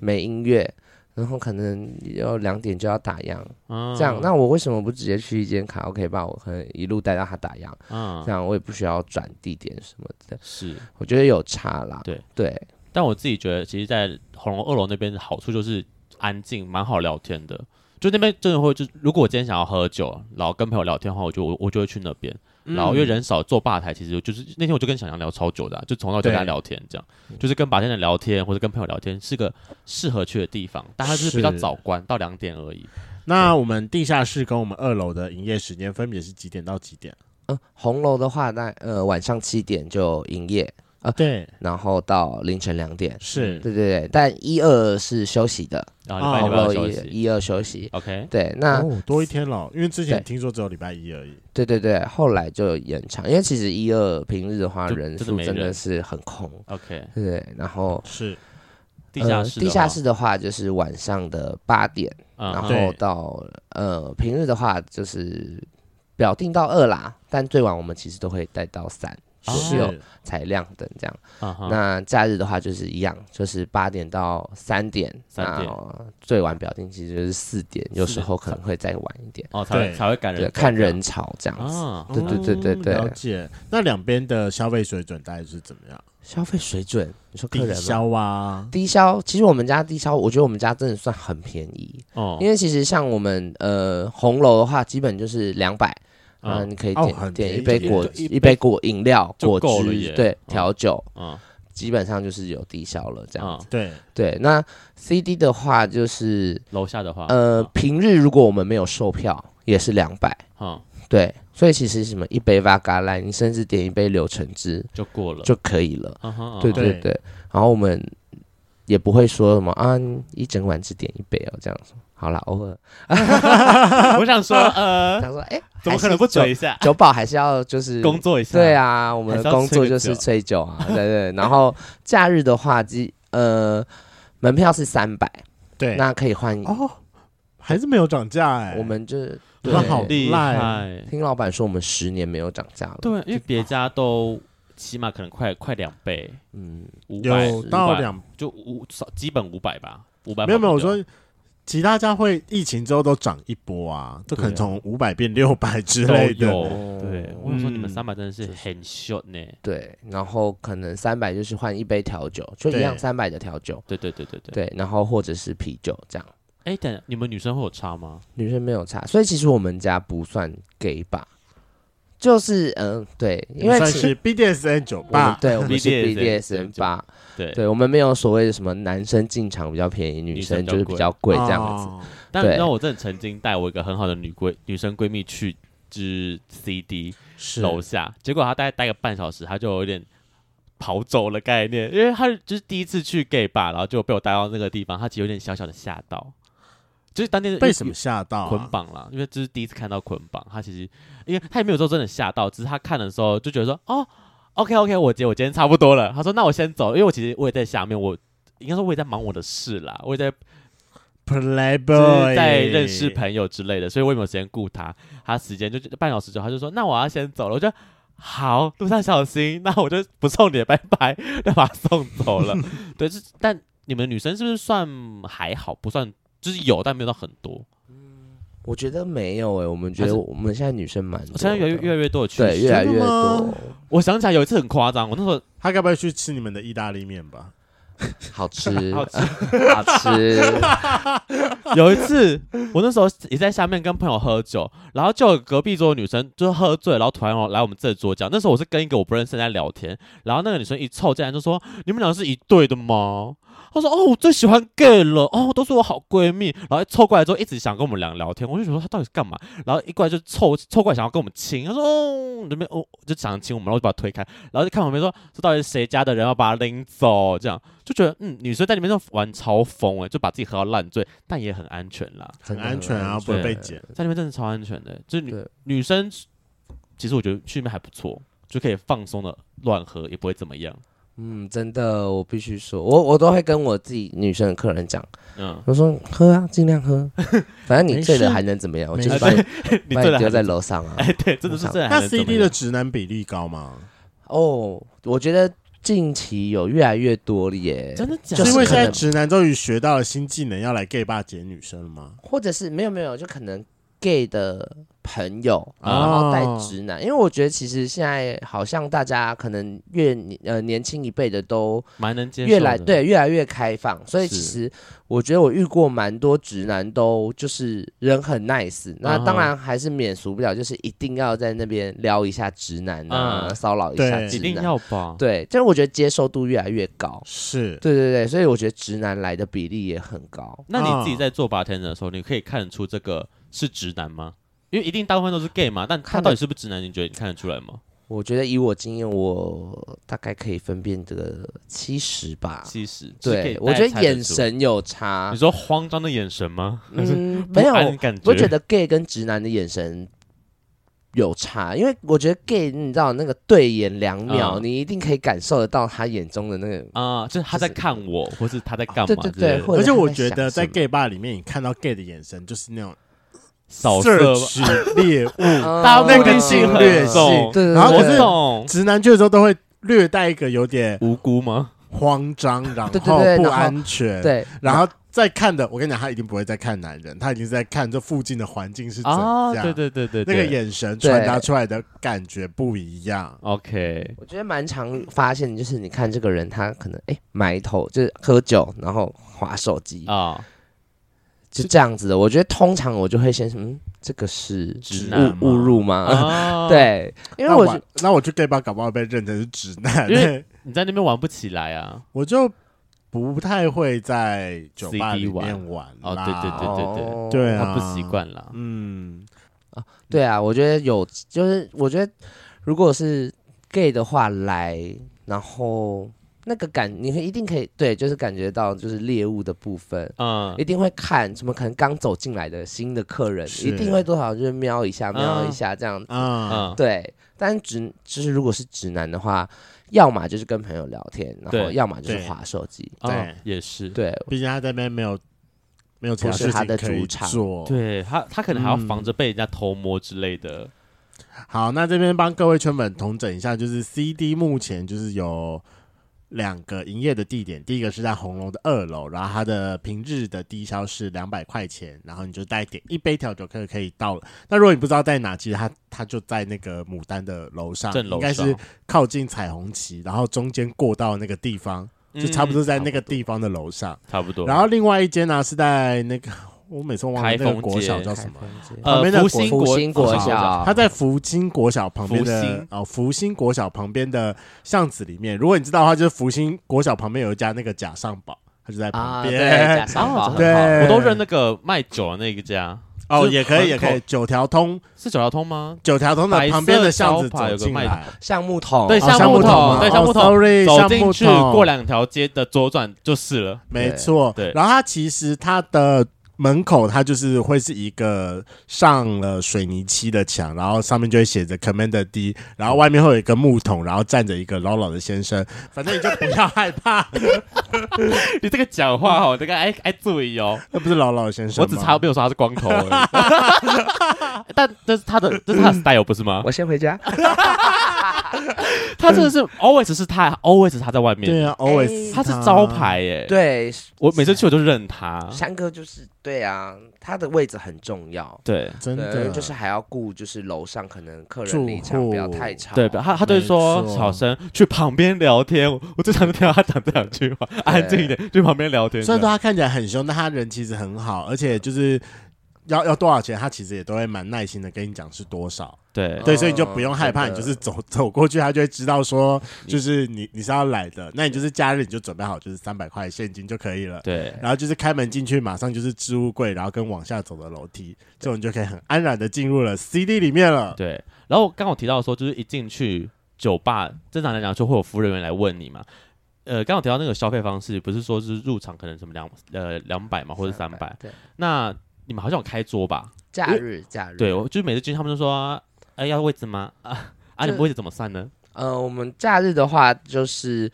没音乐，然后可能要两点就要打烊，嗯这样，那我为什么不直接去一间卡拉 OK 吧？我可能一路待到他打烊，嗯这样我也不需要转地点什么的，是。我觉得有差啦。对对但我自己觉得，其实，在红楼二楼那边的好处就是安静，蛮好聊天的。就那边真的会，就如果我今天想要喝酒，然后跟朋友聊天的话，我就我我就会去那边。然后嗯因为人少，坐吧台其实就是那天我就跟小杨聊超久的啊、就从早就跟对他聊天，这样就是跟把天的聊天或者跟朋友聊天是个适合去的地方，但它就是比较是早关到两点而已。那我们地下室跟我们二楼的营业时间分别是几点到几点？嗯，红楼的话，那呃晚上七点就营业，对，然后到凌晨两点。是啊嗯对对对，但一二是休息的，然啊后礼哦拜一礼红拜二楼休一息。一二休息。 OK，对，那哦，多一天了，因为之前对听说只有礼拜一而已。对对对，后来就有延长，因为其实一二平日的话就人真的数没真的人是很空， OK，对对。然后是地下呃室、地下室，的话就是晚上的八点，嗯然哼后对到呃平日的话就是表定到二啦，但最晚我们其实都会待到三哦左右啊是，才亮灯这样。嗯哼那假日的话就是一样，就是八点到三点，三那点最晚表定其实就是四点，有时四点候可能会再晚一点，哦才会对才会感对人，，看人潮这样子。啊，对对对对哦对了解。那两边的消费水准大概是怎么样？消费水准，你说客低人吗？消啊，低消，其实我们家低消，我觉得我们家真的算很便宜，哦，因为其实像我们呃红楼的话，基本就是两百、啊，嗯你可以哦点、很便点宜一杯就果一汁一一杯果饮料、就果够了汁耶，对，嗯调酒，嗯基本上就是有低消了这样子。嗯，对，对，那 CD 的话就是楼下的话，呃，平日如果我们没有售票，也是两百，嗯，对，所以其实什么一杯 v a g a 你甚至点一杯柳橙汁就过了，就可以了。嗯哼，嗯对哼对对对，然后我们也不会说什么啊，你一整晚只点一杯哦，这样子。好啦，偶尔我 想说，呃，他说，哎、怎么可能不酒准一下？酒保还是要就是工作一下，对，啊，我们还是的要工吹作个就是酒吹酒啊，对对。然后假日的话，基呃门票是三百，对，那可以换。哦，还是没有涨价哎。我们就是他对好厉赖害，听老板说我们十年没有涨价了，对，因为别家都起码可能快快两倍，嗯，五百有到两就五少基本五百吧，五百没有没有，我说其他家会疫情之后都涨一波啊，就可能对啊从五百变六百之都类的。有，哦对，我想说你们三百真的是很 short 呢，嗯对。然后可能三百就是换一杯调酒，就一对样三百的调酒，对对对对对，对。然后或者是啤酒这样。哎，等你们女生会有差吗？女生没有差，所以其实我们家不算 gay 吧，就是嗯对，因为算其是 BDSN 酒我们吧，对我们是 BDSM BDSM 吧，对，对我们没有所谓的什么男生进场比较便宜，女生就是比较贵这样子。哦但对你知道我真的曾经带我一个很好的女闺女生闺蜜去之 CD，是楼下，结果他大概待个半小时，他就有点跑走了概念，因为他就是第一次去 gay 吧，然后就被我带到那个地方，他其实有点小小的吓到，就是当天被什么吓到、捆啊？绑了，因为这是第一次看到捆绑，他其实因为他也没有说真的吓到，只是他看的时候就觉得说哦，OK OK，我姐我今天差不多了，他说那我先走，因为我其实我也在下面，我应该说我也在忙我的事啦，我也在 Playboy 就是在认识朋友之类的，所以我也没有时间顾他。他时间就就半小时之后，他就说：“那我要先走了。”我就好，路上小心。那我就不送你了，拜拜， 就把他送走 了。对，是但你们女生是不是算还好？不算，就是有，但没有到很多。我觉得没有欸诶、我们觉还得是我们现在女生蛮多的现在越来越越来越多的趋对势越。来真的越吗 多，我想起来有一次很夸张，我那时候他该不会去吃你们的意大利面吧？好吃， 好吃好吃， 有一次，我那时候也在下面跟朋友喝酒，然后就有隔壁桌的女生就是喝醉，然后突然来我们这桌讲。那时候我是跟一个我不认识的人在聊天，然后那个女生一凑进来就说：“你们俩是一对的吗？”她说：“哦，我最喜欢 gay 了，哦，都是我好闺蜜。”然后一凑过来之后，一直想跟我们俩聊天，我就想说她到底是干嘛？然后一过来就凑凑过来想要跟我们亲，她说：“哦，那边哦，就想亲我们，然后我就把她推开，然后就看旁边说这到底是谁家的人要把她拎走？这样就觉得嗯，女生在里面就玩超疯哎、就把自己喝到烂醉，但也 很安全啦。很安全真的啊，很不会被安全剪。在那边真的超安全的、就是女对女生，其实我觉得去那边还不错，就可以放松的乱喝，也不会怎么样。嗯，真的，我必须说，我我都会跟我自己女生的客人讲， 嗯，我说喝啊，尽 量喝，反正你没醉了事还能怎么样？我没就是事把你你把醉你了丢还在能楼上啊。哎， 对，真的是我想醉了还那能 C D 怎么的样直男比例高吗？哦，我觉得近期有越来越多了耶，真的假就是的？是因为现在可能直男终于学到了新技能，要来 gay 吧捡女生了吗？或者是没有没有，就可能 gay 的朋友，啊然后带直男，因为我觉得其实现在好像大家可能越年呃年轻一辈的都蛮能接受的，越来对越来越开放，所以是其实我觉得我遇过蛮多直男都就是人很 nice，那嗯哼当然还是免俗不了，就是一定要在那边撩一下直男啊，嗯骚扰一下对一直定男，要吧？对，就是我觉得接受度越来越高，是，对对对，所以我觉得直男来的比例也很高。那你自己在做 bartender 的时候，你可以看得出这个是直男吗？因为一定大部分都是 gay 嘛，但他看得到底是不是直男，你觉得你看得出来吗？我觉得以我经验，我大概可以分辨个七十吧。其实啊对，我觉得眼，神有差你，说慌张的眼神吗？嗯，没有，不安的感觉，我觉得 gay 跟直男的眼神有差，因为我觉得 gay 你知道那个对眼两秒，嗯你一定可以感受得到他眼中的那个。啊，就是他在看我，或是他在干嘛？啊对对对，或者而且他我在觉想得什在么 gay 吧里面，你看到 gay 的眼神就是那种扫射摄取 猎物，嗯大那目个的性性很很重重，对对对然后可我是懂直男去的时候都会略带一个有点无辜吗？慌张，然对对后对不然后安全，对，然后再看的，我跟你讲，他一定不会再看男人，他已经是在看这附近的环境是怎啊，样，对对对对，那对个眼神传达出来的感觉不一样。 OK，我觉得蛮常发现，就是你看这个人，他可能哎埋头就是喝酒，然后划手机，啊，就这样子的。我觉得通常我就会先嗯，这个是直误男吗误入吗？，啊 对，因为那我我觉那我去 gay 吧，搞不好被认成是直男，因为你在那边玩不起来啊，我就不太会在酒吧 CD 里面玩哦啦对对对哦对啊，他不习惯啦。嗯，对啊，我觉得有，就是我觉得如果是 gay 的话来，然后那个感，你一定可以对，就是感觉到就是猎物的部分。嗯一，定会看，什么可能刚走进来的新的客人，是一定会多少就是瞄一下，瞄一下这样。啊，嗯，对，但直就是如果是直男的话，要么就是跟朋友聊天，然后对要么就是对划手机。哦也是，对，毕竟他在那边没有没有其不是事他情的可以主场做。对他，他可能还要防着被人家偷摸之类嗯的。好，那这边帮各位圈粉统整一下，就是 CD 目前就是有两个营业的地点，第一个是在红楼的二楼，然后它的平日的低消是两百块钱，然后你就带点一杯调酒可以可以到了。那如果你不知道在哪，其实它它就在那个牡丹的楼上，正楼啊应该上是靠近彩虹旗，然后中间过道那个地方，就嗯差不多在那个地方的楼上。嗯差不多。然后另外一间呢、是在那个我每次忘了那开个封国小街叫什么。旁呃边，的国福星福星国小，他在福清国小旁边福的星哦，福星国小旁边的巷子里面，如果你知道的话，就是福星国小旁边有一家那个假上宝，它就在啊，旁对，边。假上啊包，对，我都认那个卖酒的那个家，哦，就是也可以，也门口可以。九条通，是九条通吗？九条通的白色旁边的巷子招牌走有个进卖来，橡木桶，对哦橡木木桶啊对哦橡木桶 Sorry，走橡进木去桶过两条街的左转就是了。没错，对对然后它其实它的门口它就是会是一个上了水泥漆的墙，然后上面就会写着 Commander D，然后外面会有一个木桶，然后站着一个老老的先生，反正你就不要害怕， 你这个讲话哦，这个哎哎注意哦，那呃不是老老的先生我吗只差没有说他是光头而 嗯已。但这是他的，这是他的 style 不是吗？我先回家。他真的是 always 是他，always 是他在外面，对啊，always 哎啊他是招，牌耶、，对，我每次去我就认他，山哥就是对啊，他的位置很重要。对真对，的就是还要顾，就是楼上可能客住人离场不要户太吵。对，他他就会说没错小声去旁边聊天，我我最常听到他讲这两句话，安静一点去旁边聊天。虽然这说样他看起来很凶，但他人其实很好，而且就是要要多少钱，他其实也都会蛮耐心的跟你讲是多少。对对，所以你就不用害怕，哦真你的就是走 走过去，他就会知道说，你就是你你是要来的，那你就是假日你就准备好就是三百块现金就可以了。对然后就是开门进去，马上就是置物柜，然后跟往下走的楼梯，这种你就可以很安然的进入了 CD 里面了。对，然后刚刚我提到说，就是一进去酒吧，正常来讲就会有服务人员来问你嘛。呃，刚刚我提到那个消费方式，不是说是入场可能什么两呃两百嘛，或者三百。对，那你们好像有开桌吧？假日假日。对，我就是每次进去他们就说，哎、要位置吗？啊啊，你就们位置怎么算呢？呃，我们假日的话就是，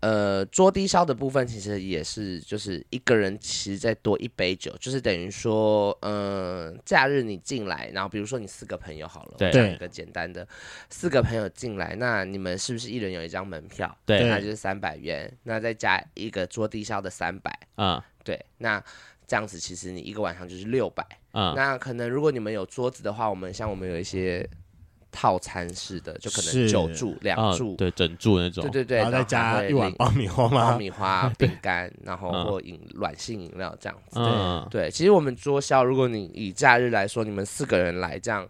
呃，桌低消的部分其实也是，就是一个人其实再多一杯酒，就是等于说，呃，假日你进来，然后比如说你四个朋友好了，对讲一个简单的，四个朋友进来，那你们是不是一人有一张门票？对，那就是三百元，那再加一个桌低消的三百，嗯对，那这样子其实你一个晚上就是六百。嗯，那可能如果你们有桌子的话，我们像我们有一些套餐式的，就可能是九注、两嗯注，对，整住那种对。对对，然后再加一碗爆米花爆吗？米花、饼干，然后 嗯或饮软性饮料这样子。嗯，对，其实我们桌宵，如果你以假日来说，你们四个人来这样，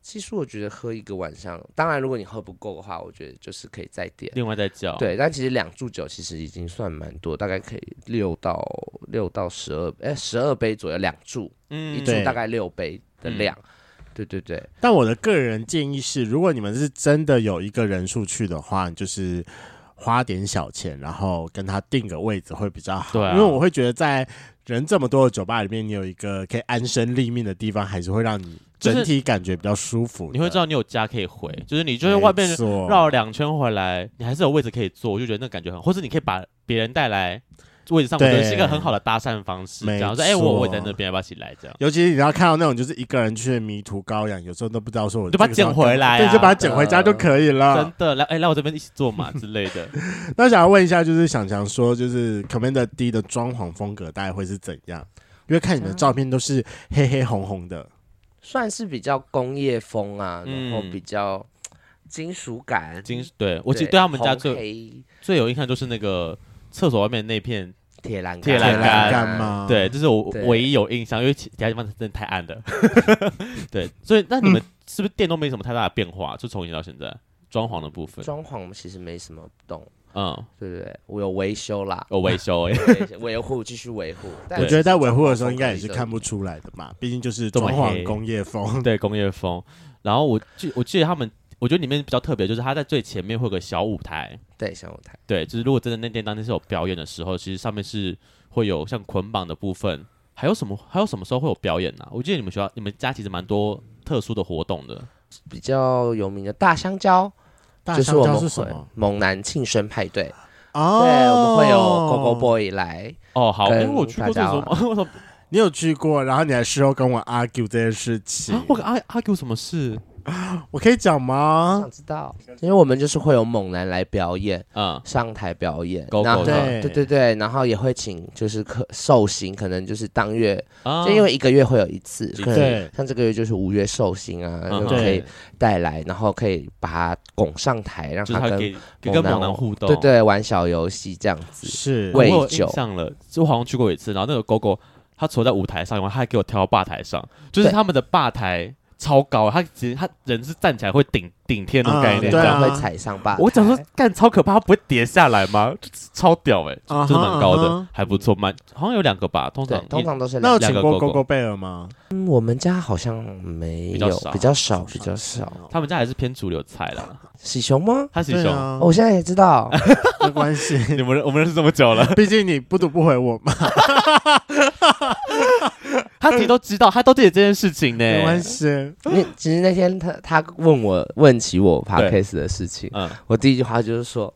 其实我觉得喝一个晚上，当然如果你喝不够的话，我觉得就是可以再点。另外再叫。对，但其实两注酒其实已经算蛮多，大概可以六到六到十二，哎，十二杯左右两注，嗯，一嗯注对大概六杯的量。对对对，但我的个人建议是，如果你们是真的有一个人数去的话，就是花点小钱，然后跟他定个位置会比较好。对啊因为我会觉得在人这么多的酒吧里面，你有一个可以安身立命的地方，还是会让你就是整体感觉比较舒服的。你会知道你有家可以回，就是你就在外面没错绕了两圈回来，你还是有位置可以坐，我就觉得那感觉很，或者你可以把别人带来位置上，我觉对得是一个很好的搭讪方式。没然后说，哎、我我也在错那边，要不要一起来？这样，尤其是你要看到那种就是一个人去的迷途羔羊，有时候都不知道说我就把这个时候捡回来啊对，就把它捡回家就可以了。真的来，哎、来我这边一起坐嘛之类 的。那想要问一下，就是想想说，就是 Commander D 的装潢风格大概会是怎样？因为看你的嗯照片都是黑黑红红的，算是比较工业风啊，然后嗯比较金属感。金，对我其实对对他们家红最黑最有印象就是那个厕所外面那片，铁栏杆铁栏杆干干？吗？对，这是我对唯一有印象，因为其其他地方真的太暗 了。对，所以那你们是不是店都没什么太大的变化？就从以前到现在，装潢的部分，装潢其实没什么动，嗯，对不对？我有维修啦，有维修、哎，维维护继续维护。但我觉得在维护的时候装潢应该也是风格看不出来的嘛，毕竟就是这么装潢黑工业嗯风。 对，工业风。然后我记我记得他们，我觉得里面比较特别，就是它在最前面会有个小舞台。对小舞台，对，就是如果真的那天当天是有表演的时候，其实上面是会有像捆绑的部分，还有什么还有什么时候会有表演呢、啊我记得你们学校你们家其实蛮多特殊的活动的。比较有名的大香蕉， 大就是香我蕉们是什会么？猛男庆生派对，哦，对，我们会有 Gogo。Boy 来，哦，好，因跟为我去过这大家种，我说你有去过，然后你还事后跟我 argue 这件事情，啊，我跟阿阿 Q 什么事？我可以讲吗想？知道，因为我们就是会有猛男来表演，嗯，上台表演， Gogo 然后的对对对，然后也会请就是客寿星，可能就是当月，啊就因为一个月会有一次，对可能像这个月就是五月寿星啊，嗯就可以对带来，然后可以把它拱上台，让就是他他跟给给跟猛男互动，对对玩小游戏这样子，是我喂有酒印象了，就好像去过一次，然后那个狗狗它除了在舞台上以外，它还给我跳到吧台上，就是对他们的吧台超高，它其实它人是站起来会顶顶天那种概对念。对啊然后会踩上吧哎台。我想说，干超可怕，它不会跌下来吗？就超屌哎、啊哈真的蛮高的啊哈还不错，蛮好像有两个吧，通对常，通一常都是那有那两请个过 Gogo Gogo 贝尔吗？我们家好像没比较有少，比较少，比较少。啊他们家还是偏主流菜啦。喜熊吗？他是对熊，啊哦，我现在也知道，没关系，你们认我们认识这么久了， 毕竟你不读不回我嘛，他自己都知道，他都记得这件事情呢。没关系。 那其实那天他他问我问起我 podcast 的事情，嗯，我第一句话就是说，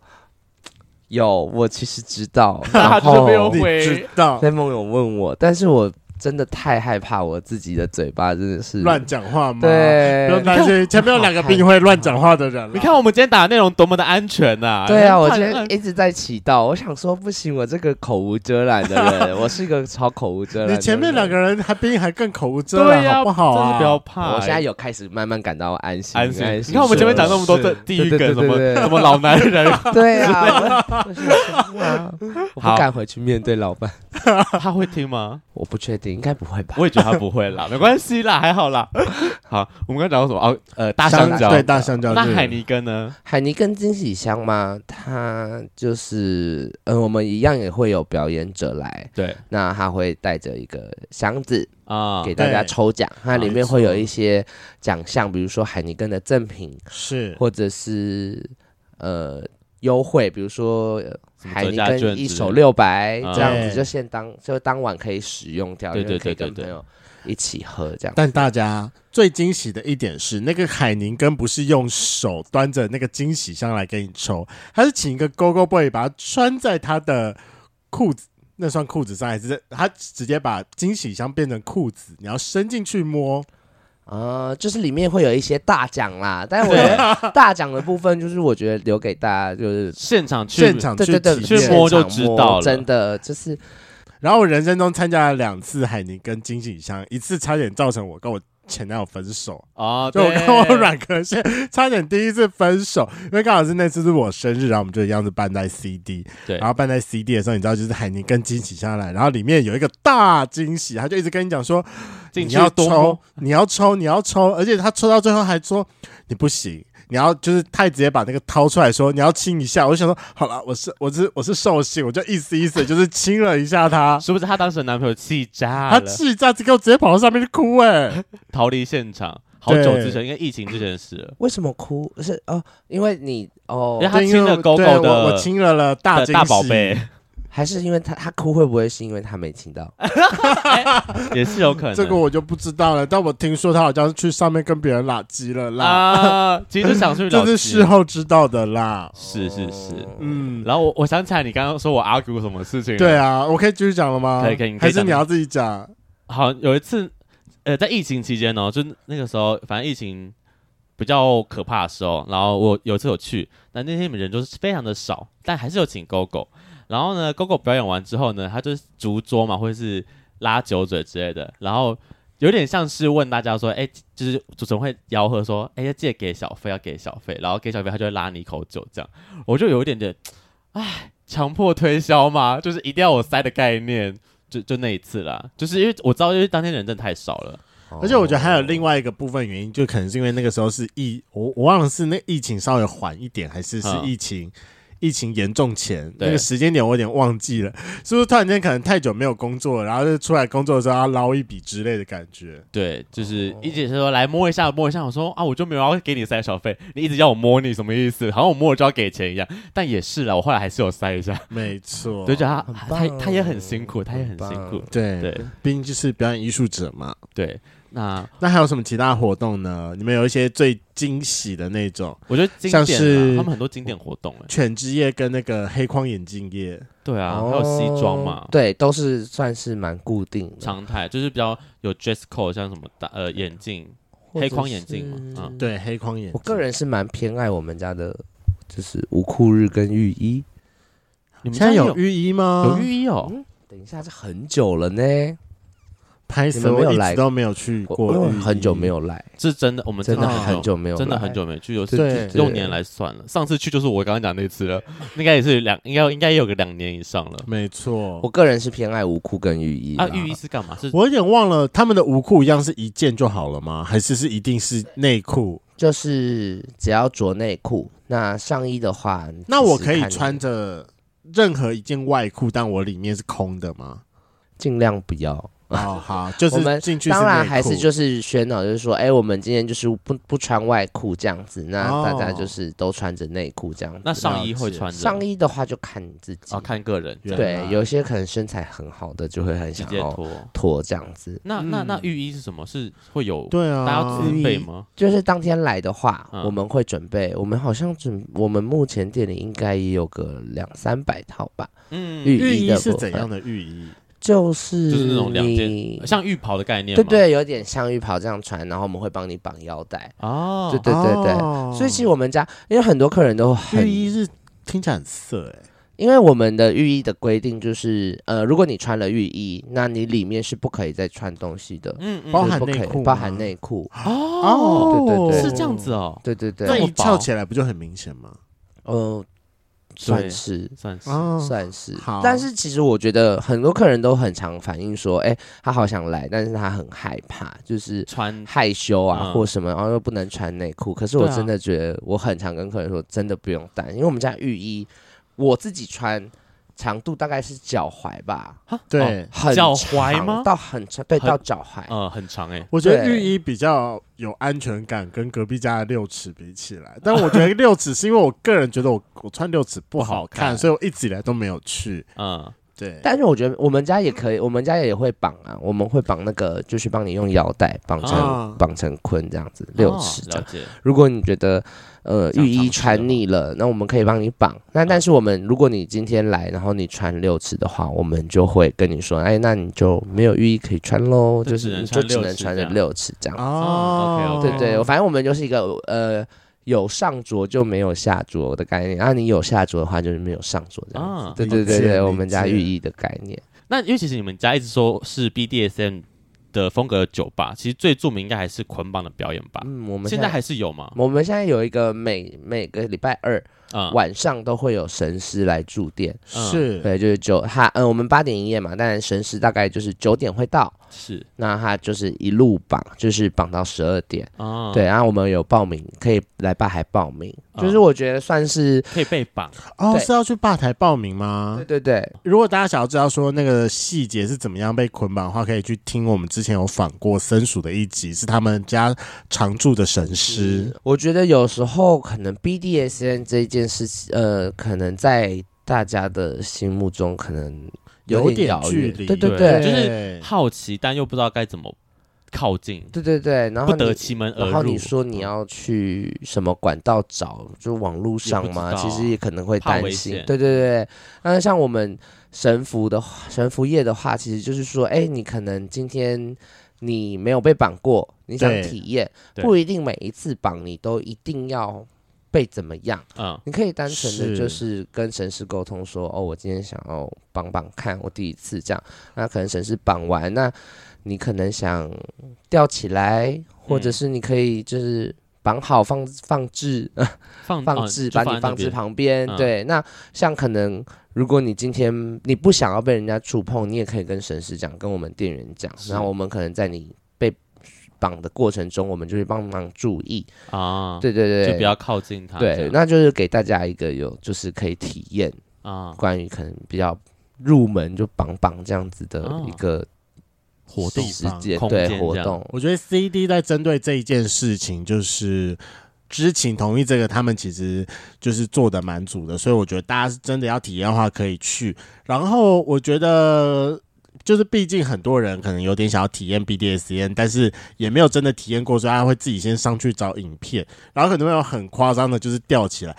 有我其实知道， 他然就没有后回你知道在梦勇问我，但是我真的太害怕我自己的嘴巴，真的是乱讲话吗？，不对用，担心，前面有两个比你会乱讲话的人啊了。你看我们今天打的内容多么的安全呐、对啊，我怕今人天一直在祈祷，我想说不行，我这个口无遮拦的 人，我是一个超口无遮拦你的人。前面两个人还比你还更口无遮对拦，呀、好不好真是啊？不要怕、我现在有开始慢慢感到安心，安安心。你看我们前面讲那么多是这地狱梗，对对什么对对对 什么老男 人，对啊，我我想说啊我好不敢回去面对老板，他会听吗？我不确定，应该不会吧？我也觉得他不会啦，没关系啦，还好啦。 好，我们刚才讲到什么？哦，呃，大香香蕉。对大香蕉，那海尼根呢？海尼根惊喜箱吗？它就是，呃，我们一样也会有表演者来，对那他会带着一个箱子啊，给大家对抽奖，它里没面错会有一些奖项，比如说海尼根的赠品，是或者是呃优惠，比如说呃什么海折尼价券之类根的一手六百啊这样对子，就现当就当晚可以使用掉，对因对为可以对跟对朋友一起喝这样。但大家最惊喜的一点是，那个海宁根不是用手端着那个惊喜箱来给你抽，他是请一个 Go Go Boy 把它穿在他的裤子，那算裤子上还是他直接把惊喜箱变成裤子，你要伸进去摸。啊，就是里面会有一些大奖啦，但我觉得大奖的部分就是我觉得留给大家就是现场去现场对去对对，体去验摸现就场知道了真的就是然后我人生中参加了两次海宁跟惊喜箱，一次差点造成我跟我前男友分手，哦，就我对跟我软壳蟹差点第一次分手，因为刚好是那次是我生日，然后我们就一样子办在 CD，对然后办在 CD 的时候，你知道就是海宁跟惊喜下来，然后里面有一个大惊喜，他就一直跟你讲说进你去要多抽，你要抽，你要抽，而且他抽到最后还说你不行。你要就是太直接把那个掏出来说你要亲一下，我就想说好了，我是我是我是兽性，我就意思意思就是亲了一下他 摸，，是不是她当时的男朋友气炸他了，气炸，只给我直接跑到上面去哭哎、逃离现场？好久之前，应该疫情之前的事了。为什么哭是哦，因为你哦因为，他对因亲为了我 Gogo 对我的我亲了了大的惊大宝喜贝还是因为他他哭会不会是因为他没听哎到？也是有可能。这个我就不知道了，但我听说他好像是去上面跟别人拉鸡了啦，啊，其实就想去 这了是解，事后知道的啦。是是是。嗯，嗯，然后我我想起来，你刚刚说我 argue 什么事情？对，啊，我可以继续讲了吗？可以可以你可还以是讲你要自己讲？好，有一次，呃，在疫情期间呢，就那个时候，反正疫情比较可怕的时候，然后我有一次有去，那那天人就是非常的少，但还是有请 GoGo。然后呢，GoGo 表演完之后呢，他就是竹桌嘛，或者是拉酒嘴之类的，然后有点像是问大家说，哎，就是主持人会吆喝说，哎，要记得给小费，要给小费，然后给小费，他就会拉你一口酒，这样，我就有一点点，唉，强迫推销嘛，就是一定要我塞的概念。就就那一次啦，就是因为我知道，因为当天人真的太少了，而且我觉得还有另外一个部分原因，就可能是因为那个时候是疫，我我忘了是那疫情稍微缓一点，还是是嗯疫情。疫情严重前对那个时间点，我有点忘记了，是不是突然间可能太久没有工作了，然后就出来工作的时候要捞一笔之类的感觉？对，就是哦一姐说来摸一下摸一下，我说啊我就没有要给你塞小费，你一直要我摸你什么意思？好像我摸了就要给钱一样，但也是啦，我后来还是有塞一下，没错，对，就他很他棒欸他也很辛苦，他也很辛苦很棒，对对毕竟就是表演艺术者嘛。对，那那还有什么其他活动呢？你们有一些最惊喜的那种，我觉得经像典是啊，他们很多经典活动哎，犬之夜跟那个黑框眼镜夜，对啊，还有西装嘛哦，对，都是算是蛮固定的，常态就是比较有 dress code，像什么大呃眼镜，或者黑框眼镜嘛是嗯对，黑框眼镜。我个人是蛮偏爱我们家的，就是无裤日跟浴衣。你们现在家有浴衣吗？有寓意哦，等一下，这很久了呢，拍你死们我没有一直来都没有去我过因为浴衣，很久没有来，是真的，我们真的的很久没有，真的很。久没去，有对对是用对年来算了。上次去就是我刚刚讲那次了， 应该也是两，应该应该也有个两年以上了。没错我，个人是偏爱无裤跟浴衣啊，啦浴衣是干嘛？是我有点忘了他们的无裤一样是一件就好了吗？还是是一定是内裤？就是只要着内裤，那上衣的话，那我可只以是看穿，着任何一件外裤，但我里面是空的 吗？尽量不要。哦，好，就我们是进去当然内还是裤就是宣导，就是说，哎、我们今天就是不不穿外裤这样子，那哦大家就是都穿着内裤这样子。那上衣会了解穿着上衣的话就看你自己，啊，看个人原对来，有些可能身材很好的就会很直想接要脱。脱这样子。那那嗯那浴衣是什么？是会有对大啊，家要自己备吗？就是当天来的话，嗯我们会准备，我们好像准，我们目前店里应该也有个两三百套吧。嗯，浴浴衣衣的是部怎分样的浴衣？就是就是那种两你件像浴袍的概念对嘛，对，有点像浴袍这样穿，然后我们会帮你绑腰带。哦对，对对对，哦所以其实我们家因为很多客人都很浴衣是听起来很色哎、因为我们的浴衣的规定就是，呃，如果你穿了浴衣，那你里面是不可以再穿东西的，嗯嗯包就是含不可以内裤吗包含内裤。哦，对对对是这样子哦，对对对，那这一么薄翘起来不就很明显吗？呃，算是算是哦，算是好，但是其实我觉得很多客人都很常反映说，哎，他好想来，但是他很害怕，就是穿害羞啊嗯或什么，然后又不能穿内裤。可是我对啊真的觉得，我很常跟客人说，真的不用担，因为我们家浴衣我自己穿，长度大概是脚踝吧，哦对，很脚长踝吗到很长，对，很到脚踝。呃很长哎，我觉得对浴衣比较有安全感，跟隔壁家的六尺比起来，但我觉得六尺是因为我个人觉得我我穿六尺不好不好看，看所以我一直以来都没有去。嗯对，但是我觉得我们家也可以，我们家也会绑啊，我们会绑那个，就是帮你用腰带绑成、啊绑成捆这样子，六尺哦这了样。解，如果你觉得呃这样浴衣尝试了穿腻了，那我们可以帮你绑。那但是我们如果你今天来，然后你穿六尺的话，我们就会跟你说，哎，那你就没有浴衣可以穿喽，就就哦只是能你就穿只六能尺穿这着样六尺这样。哦哦对对，反正我们就是一个呃有上桌就没有下桌的概念，然、后你有下桌的话就是没有上桌这样子。啊对对理解对对，理我们家解寓意的概念。那因为其实你们家一直说是 BDSM 的风格的酒吧，其实最著名应该还是捆绑的表演吧？嗯，我们现在还是有吗？我们现在有一个每每个礼拜二、嗯，晚上都会有神师来驻店。嗯是对，就是九他嗯，我们八点营业嘛，但神师大概就是九点会到，是那他就是一路绑，就是绑到十二点。啊，对，然后我们有报名，可以来吧还报名，嗯就是我觉得算是可以被绑，哦，对是要去吧台报名吗嗯对？对对，如果大家想要知道说那个细节是怎么样被捆绑的话，可以去听我们之前有访过森鼠的一集，是他们家常驻的神师。我觉得有时候可能 BDSN 这一件事情，呃，可能在大家的心目中可能有点点遥距远离对对对对就是是好奇但又不知道该怎么靠近，对对对，然后不得你其门而入。然后你说你要去什么管道找，就网络上嘛，也不知其道啊实也可能会怕担危心。险对对对，那像我们神服的话神服业的话，其实就是说，哎，你可能今天你没有被绑过，你想对体验，对不一定每一次绑你都一定要被怎么样。嗯，你可以单纯的是就是跟神师沟通说，哦，我今天想要绑绑看，我第一次这样。那可能神师绑完，那你可能想吊起来，或嗯者是你可以就是绑好放放置、 放放嗯置，就把放你在放那置边旁边。嗯对，那像可能如果你今天你不想要被人家触碰，你也可以跟神师讲，跟我们店员讲，是然后我们可能在你被绑的过程中，我们就会帮忙注意。啊，，对对对，就不要靠近啊他这样。对，那就是给大家一个有就是可以体验啊关于可能比较入门就绑绑这样子的哦一个活动时方间空对间活这样动，我觉得 CD 在针对这一件事情，就是知情同意这个，他们其实就是做的蛮足的，所以我觉得大家是真的要体验的话可以去。然后我觉得。就是，毕竟很多人可能有点想要体验 BDSN，但是也没有真的体验过，所以他会自己先上去找影片，然后可能会有很夸张的，就是吊起来，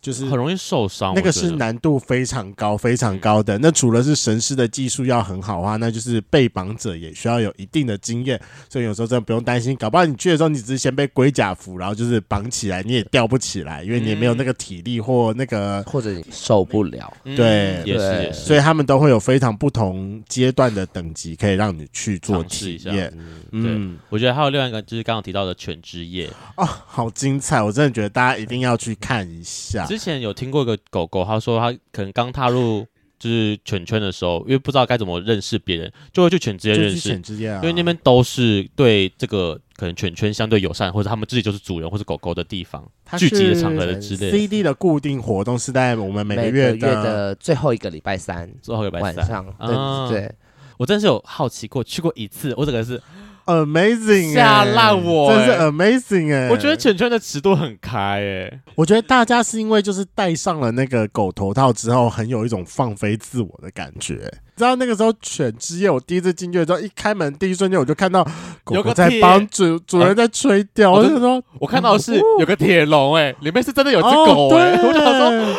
就是很容易受伤。那个啊我觉是得嗯难度非常高、非常高的。那除了是神师的技术要很好的话，啊那就是被绑者也需要有一定的经验。所以有时候真的不用担心，搞不好你去的时候你只是先被龟甲服，然后就是绑起来，你也吊不起来，因为你也没有那个体力或那个。或者你受不了，嗯对也是对也是所以他们都会有非常不同阶段的等级，可以让你去做尝试体一下验。嗯，我觉得还有另外一个就是刚刚提到的犬之夜，哦，好精彩！我真的觉得大家一定要去看一下。之前有听过一个狗狗，他说他可能刚踏入就是犬圈的时候，因为不知道该怎么认识别人，就会去犬之夜就是认去识犬，之夜啊，因为那边都是对这个可能犬圈相对友善，或者他们自己就是主人或者狗狗的地方它聚集的是场合的之类的。 CD 的固定活动是在我们每每个个月月的的最后一个礼拜三最后一个晚白三，上，啊对对我真的是有好奇过，去过一次，我整个是 amazing，吓欸烂我真是欸 amazing 哎、我觉得，犬圈的尺度很开欸诶、我觉得大家是因为就是戴上了那个狗头套之后，很有一种放飞自我的感觉、你知道那个时候犬之夜，我第一次进去的时候，一开门第一瞬间我就看到狗有狗个在铁帮主主人在吹掉，啊我就说我看到的是有个铁笼诶，里面是真的有只哦狗欸诶、对我想说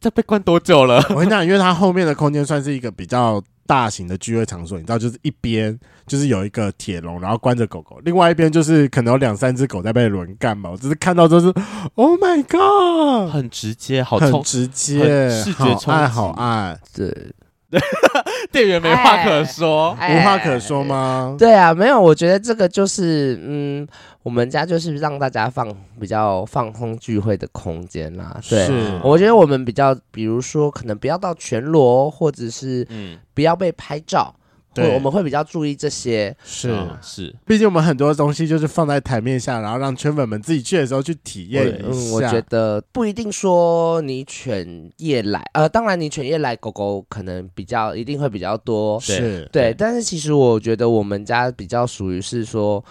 这被关多久了？ 我跟你讲，因为它后面的空间算是一个比较大型的聚会场所，你知道，就是一边就是有一个铁笼，然后关着狗狗，另外一边就是可能有两三只狗在被轮干嘛。我只是看到就是，Oh my God，很直接，好很冲。直接，很视觉好冲爱，击好爱，对店员没话可说，哎无话可说吗？对啊，没有，我觉得这个就是，嗯，我们家就是让大家放比较放空聚会的空间啦。对，是我觉得我们比较，比如说可能不要到全裸，哦或者是嗯，不要被拍照，对会我们会比较注意这些。是。嗯是，毕竟我们很多东西就是放在台面下，然后让圈粉们自己去的时候去体验对一嗯，下。我觉得不一定说你犬夜来，呃，当然你犬夜来狗狗可能比较一定会比较多，是对对。但是其实我觉得我们家比较属于是说，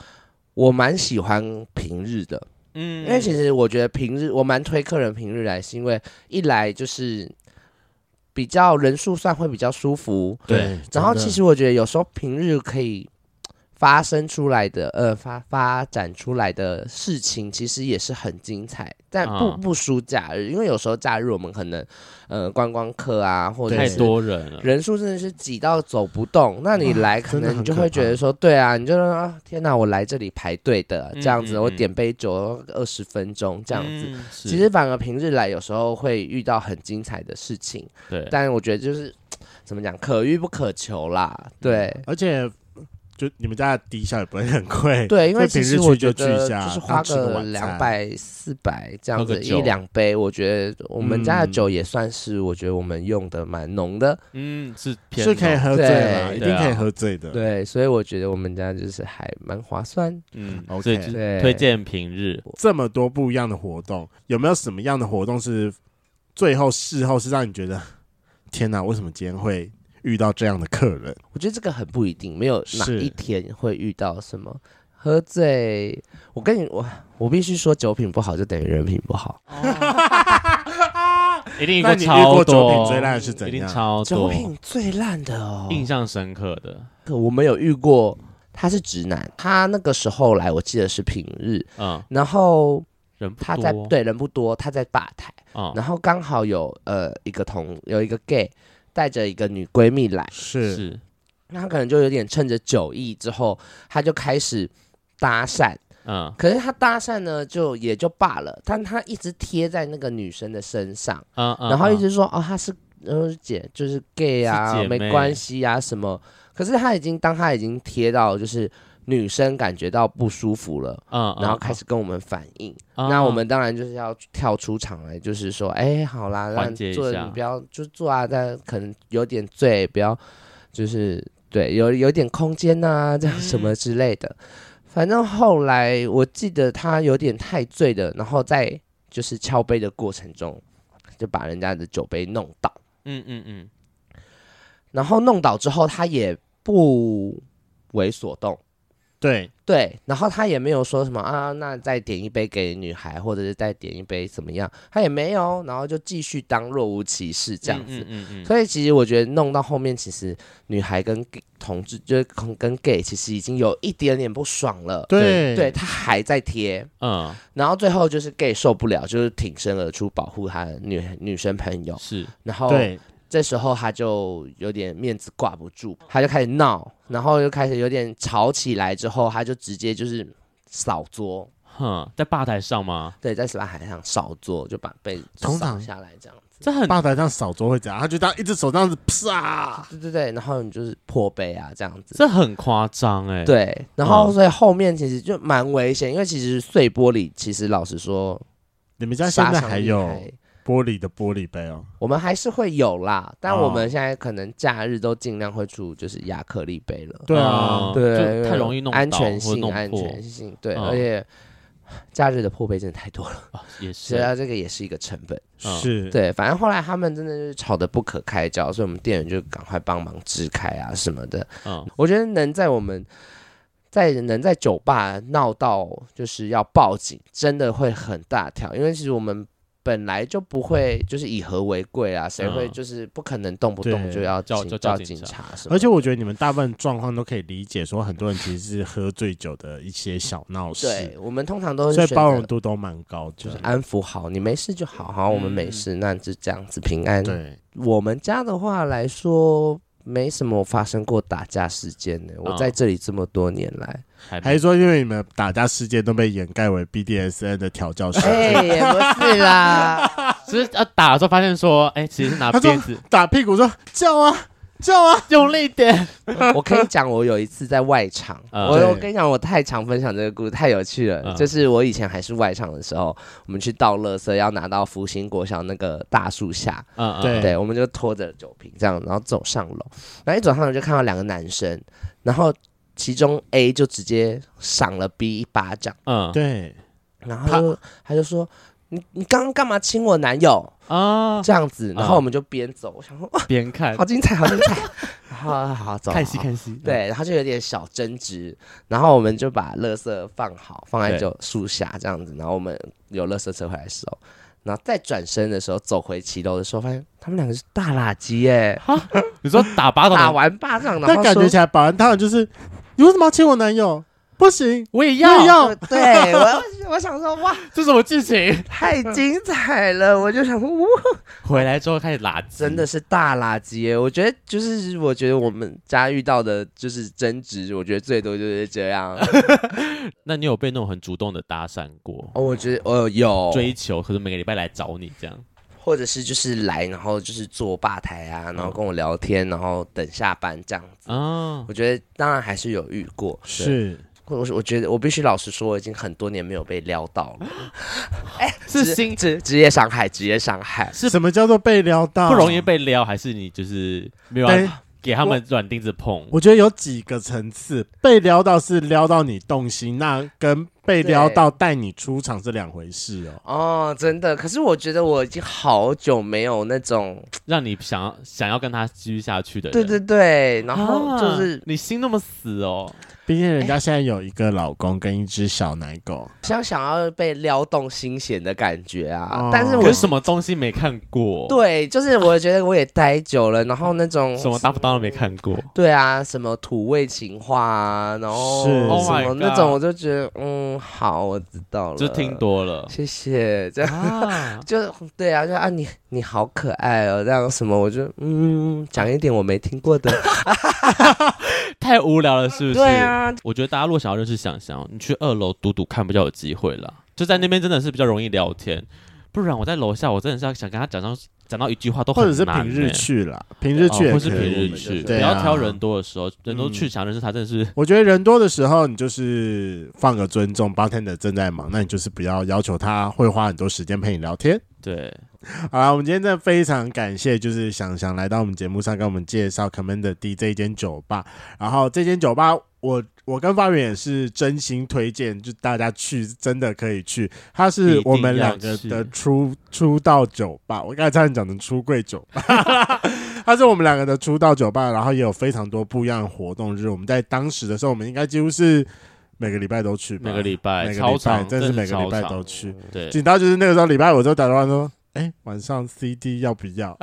我蛮喜欢平日的，嗯，因为其实我觉得平日我蛮推客人平日来，是因为一来就是比较人数算会比较舒服，对。然后真的其实我觉得有时候平日可以发生出来的，呃，发发展出来的事情，其实也是很精彩，但不、啊不输假日，因为有时候假日我们可能，呃，观光客啊，或者太是多人了，人数真的是挤到走不动，那你来可真的能很你就可会觉怕得说，对啊，你就说啊，天哪，我来这里排队的嗯这样子，嗯我嗯点杯酒二十分钟这样子。嗯是其实反而平日来有时候会遇到很精彩的事情，对，但我觉得就是怎么讲，可遇不可求嗯啦。对、而且就你们家的低消也不会很贵，对，因为所其以实平我日去觉就得聚一下，就是花当吃个个晚餐两，百四百这样喝子个一酒两杯，我觉得我们家的嗯酒也算是我觉得我们用的蛮浓的，嗯是偏是可以浓喝醉啦，对一对定啊可以喝醉的。对，所以我觉得我们家就是还蛮划算。嗯 OK 所以就是对推荐平日，这么多不一样的活动，有没有什么样的活动是最后事后是让你觉得天哪，为什么今天会遇到这样的客人？我觉得这个很不一定，没有哪是一天会遇到什么喝醉。我跟你我我必须说，酒品不好就等于人品不好。哦一定那你遇超过酒多品，最烂的是怎一定样？超酒多，品最烂的哦，印象深刻的，可我们有遇过，他是直男，他那个时候来，我记得是平日，嗯，然后人不他在多，对人不多，他在吧台，嗯，然后刚好有呃一个同有一个 gay 带着一个女闺蜜来，是是，那他可能就有点趁着酒意之后，他就开始搭讪。嗯可是他搭讪呢，就也就罢了，但他一直贴在那个女生的身上，嗯嗯，然后一嗯直说哦，她是呃姐，就是 gay 是啊，姐妹没关系啊什么。可是他已经当他已经贴到就是女生感觉到不舒服了，嗯，嗯然后开，始跟我们反应。嗯那嗯我们当然就是要跳出场来，就是说，哎，好啦，那缓解一做下你不要就做啊，但可能有点醉，不要就是对有有点空间呐、这样什么之类的。反正后来我记得他有点太醉了，然后在就是敲杯的过程中，就把人家的酒杯弄倒，嗯嗯嗯，然后弄倒之后他也不为所动。对，对，然后他也没有说什么啊，那再点一杯给女孩，或者是再点一杯怎么样，他也没有，然后就继续当若无其事这样子。嗯嗯嗯嗯，所以其实我觉得弄到后面，其实女孩跟 gay 同志就是同跟 gay 其实已经有一点点不爽了，对对，他还在贴，嗯然后最后就是 gay 受不了，就是挺身而出保护他的女女生朋友，嗯是，然后对，这时候他就有点面子挂不住，他就开始闹，然后又开始有点吵起来，之后他就直接就是扫桌，哼，在吧台上吗？对，在沙海上扫桌，就把被通扫常下来这样子，这很吧台上扫桌会怎样？他就当一只手这样子啪，对对对，然后你就是破杯啊这样子，这很夸张哎，，对，然后嗯所以后面其实就蛮危险，因为其实碎玻璃，其实老实说，你们家现杀在伤还力有玻璃的玻璃杯哦，我们还是会有啦，但哦我们现在可能假日都尽量会出就是亚克力杯了。对啊嗯，对，就太容易弄安倒全或者性，弄安破全性，对，嗯而且假日的破杯真的太多了，啊也是所以，它这个也是一个成本。嗯是，对，反正后来他们真的是吵得不可开交，所以我们店员就赶快帮忙支开啊什么的。嗯我觉得能在我们在能在酒吧闹到就是要报警，真的会很大条，因为其实我们。本来就不会，就是以和为贵啊，谁会嗯就是不可能动不动对就要叫警就叫叫警警察什么的。而且我觉得你们大部分状况都可以理解，说很多人其实是喝醉酒的一些小闹事，对我们通常都是所以哦选包择容度都蛮高的，就是安抚好，你没事就好，好，我们没嗯事，那就这样子平安。对，我们家的话来说，没什么发生过打架事件呢、我嗯在这里这么多年来，还还是说因为你们打架事件都被掩盖为 BDSN 的调教事 哎、件？也不是啦，只是要呃打的时候发现说，哎、其实是拿他说鞭子打屁股说叫啊叫啊，用力一点， 我跟你讲，我有一次在外场，嗯我对我跟你讲，我太常分享这个故事，太有趣了。嗯就是我以前还是外场的时候，我们去倒垃圾，要拿到福星国小那个大树下，嗯嗯，对对，我们就拖着酒瓶这样，然后走上楼，然后一走上楼就看到两个男生，然后其中 A 就直接赏了 B 一巴掌，嗯对，然后他就他就说。你你刚刚干嘛亲我男友啊，这样子？然嗯后我们就边走，我想说哇，边看好精彩，好精彩，好好好走，哎看戏好看戏，对，然后就有点小争执，然后我们就把垃圾放好，放在对就树下这样子，然后我们有垃圾车回来收，然后再转身的时候走回骑楼的时候，发现他们两个是大垃圾耶、嗯，你说打巴掌打的，完巴掌，然那后感觉说起来保安他们就是你为什么要亲我男友？不行，我也我也要，要，哦对我，我想说哇， 这什么剧情？太精彩了！我就想说，哇， 回来之后开始拉，真的，是大垃圾耶！我觉得就是，我觉得我们家遇到的就是争执，我觉得最多就是这 样。那你有被那种很主动的搭讪过？哦，我觉得哦有追求，可是每个礼拜来找你这样，或者是就是来，然后就是坐吧台啊，然后跟我聊天，然后等下班这样子。啊，我觉得当然还是有遇过，是我我我觉得我必须老实说，我已经很多年没有被撩到了，是心职职业伤害，职业伤害。是什么叫做被撩到？不容易。被撩，还是你哦就是没有要对给他们软钉子碰？我觉得有几个层次，被撩到是撩到你动心，那跟被撩到带你出场是两回事哦。哦，真的，可是我觉得我已经好久没有那种，让你想要想要跟他继续下去的人，对对对，然啊，后就是、你心那么死哦，毕竟人家现在有一个老公跟一只小奶狗，想想要被撩动心弦的感觉啊，哦但是那可我是什么东西没看过？，对，就是我觉得我也待久了，然后那种什么当不当都没看过。对啊，什么土味情话啊，然后是什 Oh my 么 God 那种，我就觉得嗯，好，我知道了，就听，多了谢谢，这样。，啊就对啊，就啊你你好可爱哦，这样什么我就嗯讲一点我没听过的，太无聊了，是不是？对啊，我觉得大家如果想要认识想想，你去二楼赌赌看，比较有机会啦。就在那边真的是比较容易聊天，不然我在楼下，我真的是要想跟他讲上讲到一句话都或很者是难平日欸去啦，平日去哦也或是可平以日去，不对啊嗯要挑人多的时候，人都去想认识他，真的是我觉得人多的时候，你就是放个尊重，bartender 正在忙，那你就是不要要求他会花很多时间陪你聊天。对。啊好啦，我们今天真的非常感谢，就是想想来到我们节目上跟我们介绍 Commander D 这一间酒吧，然后这间酒吧我。我跟发源也是真心推荐，就大家去真的可以去，它是我们两个一定要的去出出道酒吧。我刚才差点讲成出柜酒吧， 它是我们两个的出道酒吧，然后也有非常多不一样的活动日。我们在当时的时候，我们应该几乎是每个礼拜都去吧，每个礼拜每个超礼拜长，真的是每个礼超拜长都去。对，警到就是那个时候礼拜五之后打电话说，哎、晚上 CD 要不 要？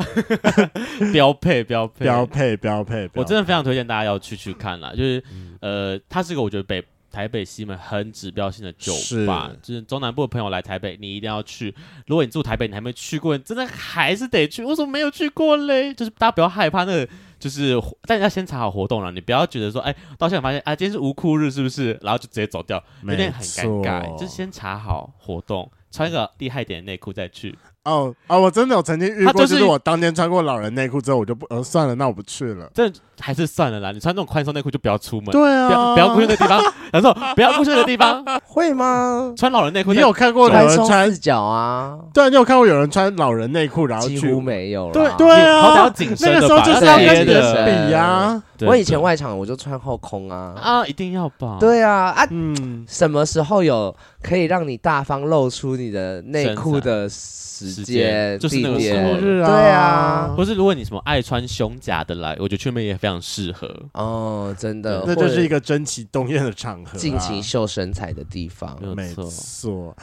标配标配标配标配，我真的的非常推荐大家要去去看啦，就是、嗯呃，它是个我觉得北台北西门很指标性的酒吧是，就是中南部的朋友来台北，你一定要去。如果你住台北，你还没去过，你真的还是得去。为什么没有去过嘞？就是大家不要害怕那个，就是但要先查好活动了，你不要觉得说，哎，到现在发现啊，今天是无裤日是不是？然后就直接走掉，有没点很尴尬。错就先查好活动，穿个厉害一点的内裤再去。哦哦，我真的有曾经遇过，他就就是是我当天穿过老人内裤之后，我就不呃算了，那我不去了。这还是算了啦，你穿那种宽松内裤就不要出门。对啊，不要不要过去那个地方，然后说不要过去那个地方，会吗？穿老人内裤，你有看过有宽人松穿四？角啊，对啊，你有看过有人穿老人内裤然后几去乎？没有啦对对啊，好歹要紧身那的吧个时候就是要要跟贴的人比啊，对我以前外场我就穿后空啊，啊，一定要吧？，对啊啊，嗯，什么时候有可以让你大方露出你的内裤的时时间间、就是那地个时度候点？日啊，对啊或是如果你什么爱穿胸甲的来，我觉得去妹也非常适合。哦，真的，那就是一个个争奇斗艳的场合啊，尽情秀身材的地方。没有没错，错。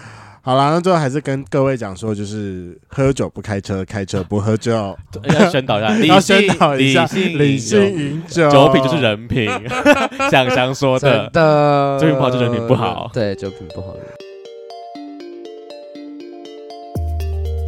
好啦，那最后还是跟各位讲说，就是喝酒不开车，开车不喝酒，对哎要宣导 一下，理要性宣导一下理性理性饮饮酒，酒酒品就是 人品，想想说真的。的，酒品不好就人品不好对，酒品不好。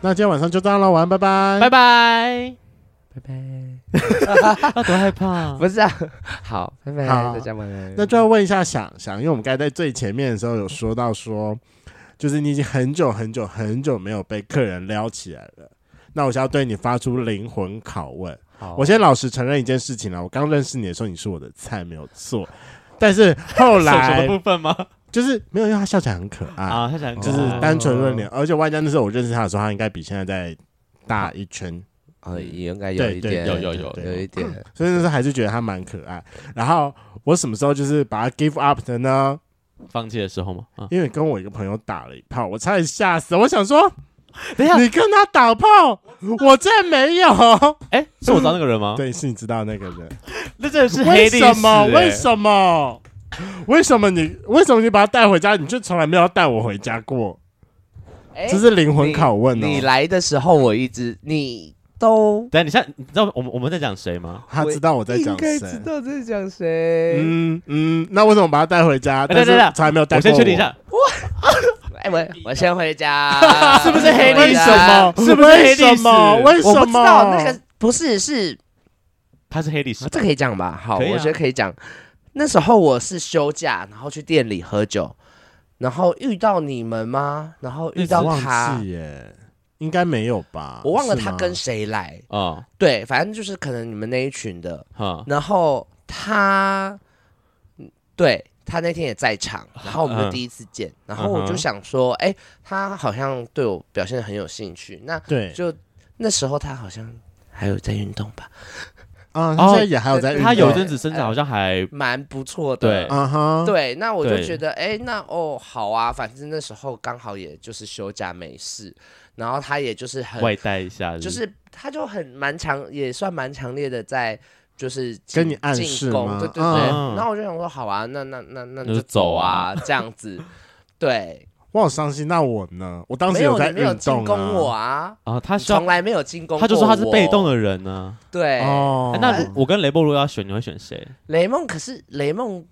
那今天晚上就这样了，晚安，拜拜，拜拜。拜拜。啊，多害怕！不是啊， 好，拜拜，好大家晚安。那就要问一下想想，因为我们刚才在最前面的时候有说到说，就是你已经很久很久很久没有被客人撩起来了。那我想要对你发出灵魂拷问。好啊我先老实承认一件事情了，我刚认识你的时候，你是我的菜，没有错。但是后 手来部分吗？就是没有，因为他笑起来很可爱，啊，他想就就是是哦单纯论脸，而且外加那时候我认识他的时候，他应该比现在再大一圈，哦，也应该有对一对，点，对有有对有一点。所以那时候还是觉得他蛮可爱。然后我什么时候就是把他 give up 的呢？放弃的时候吗？啊，因为跟我一个朋友打了一炮，我差点吓死。我想说，等一下你跟他打炮，我竟然没有。哎，是我找那个人吗？，对，是你知道那个人，那真的是为黑历史。什么？哎为什么？为什么你为什么你把他带回家，你就从来没有带我回家过？哎这是灵魂拷问哦。你来的时候，我一直你都等一下你现在你知道我们我们在讲谁吗？他知道我在应讲该谁？知道在讲谁。嗯嗯，那为什么把他带回家？哎等但是等等从来没有带我过先确定一下，哎，我我先回家， 是不是黑啊历为史什么？是不是黑历为史什么？为什我么？不知道那个不是是他是黑历史啊，。这可以讲吧？好，可以啊我觉得可以讲。那时候我是休假，然后去店里喝酒，然后遇到你们吗？然后遇到他忘，记耶，应该没有吧？我忘了是他吗跟谁来。啊对，反正就是可能你们那一群的。哈，然后他，嗯对他那天也在场，然后我们嗯就第一次见。然后我嗯就哼想说，哎、他好像对我表现的很有兴趣。那对就那时候他好像还有在运动吧，啊，他哦现在也还有在运动，他有一阵子身材好像还蛮不错的。对啊哈，对，那我就对觉得，哎、那哦，好啊，反正那时候刚好也就是休假没事，然后他也就是外很，带一下，哎就是他就很蛮强，也算蛮强烈的在就是跟进你暗进示攻吗对对对。嗯然后我就想说，好啊，那那那那那就就走啊啊，这样子，对，我好伤心。那我呢？我当时没有在你没有运进动攻我啊。啊，啊，他需要从来没有进攻，他就说他是被动，的人呢。对，哦哎，那我跟雷波如果要选，你会选谁？雷梦，可是雷梦，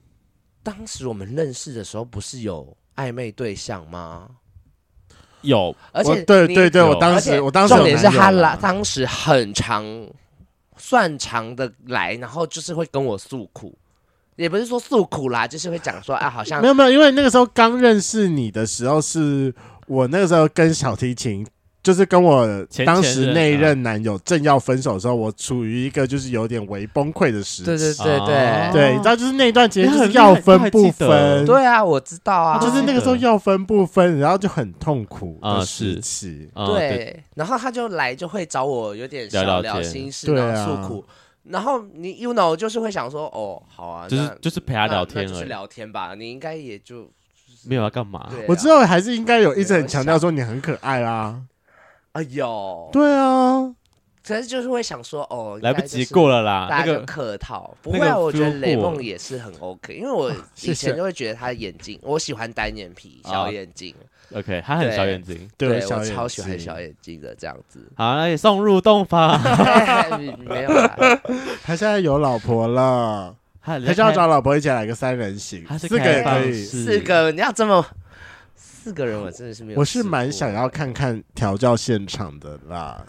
当时我们认识的时候不是有暧昧对象吗？有而我且对你对对，有我当而且时我当时重点是他拉来，当时很长，算长的来，然后就是会跟我诉苦，也不是说诉苦啦，就是会讲说啊，好像没有没有，因为那个时候刚认识你的时候，是我那个时候跟小提琴。就是跟我前当时前任啊那一任男友正要分手的时候，我处于一个就是有点微崩溃的时期。对对对啊对对，你知道，就是那一段其实就你是很厉害要分你还不记得分，对啊，我知道啊，就是那个时候要分不分，然后就很痛苦啊的时是期。啊对，然后他就来就会找我有点聊小聊聊天心事，对然后啊诉苦。然后你 you know 就是会想说哦，好啊，就是那就是陪他那聊那天就是而已聊天吧。你应该也就没有要干嘛？对啊我知道还是应该有一直很强调说你很可爱啦。啊有，对啊，可是就是会想说哦，来应不该就及是过了啦，大啊那家就个客套，不那会个啊。我觉得 feel 雷过梦也是很 OK，因为我谢以前谢就会觉得他眼睛，我喜欢单眼皮、小啊眼睛， OK，他很对小眼睛。。对小我眼超喜欢睛小眼睛的这样子好，那也送入洞房。 没有啦，他现在有老婆 了，他他就要找老婆一起来个三人行他，是四个也开放可以。式四个你要这么四个人，我真的是没有试过。我是蛮想要看看调教现场的啦，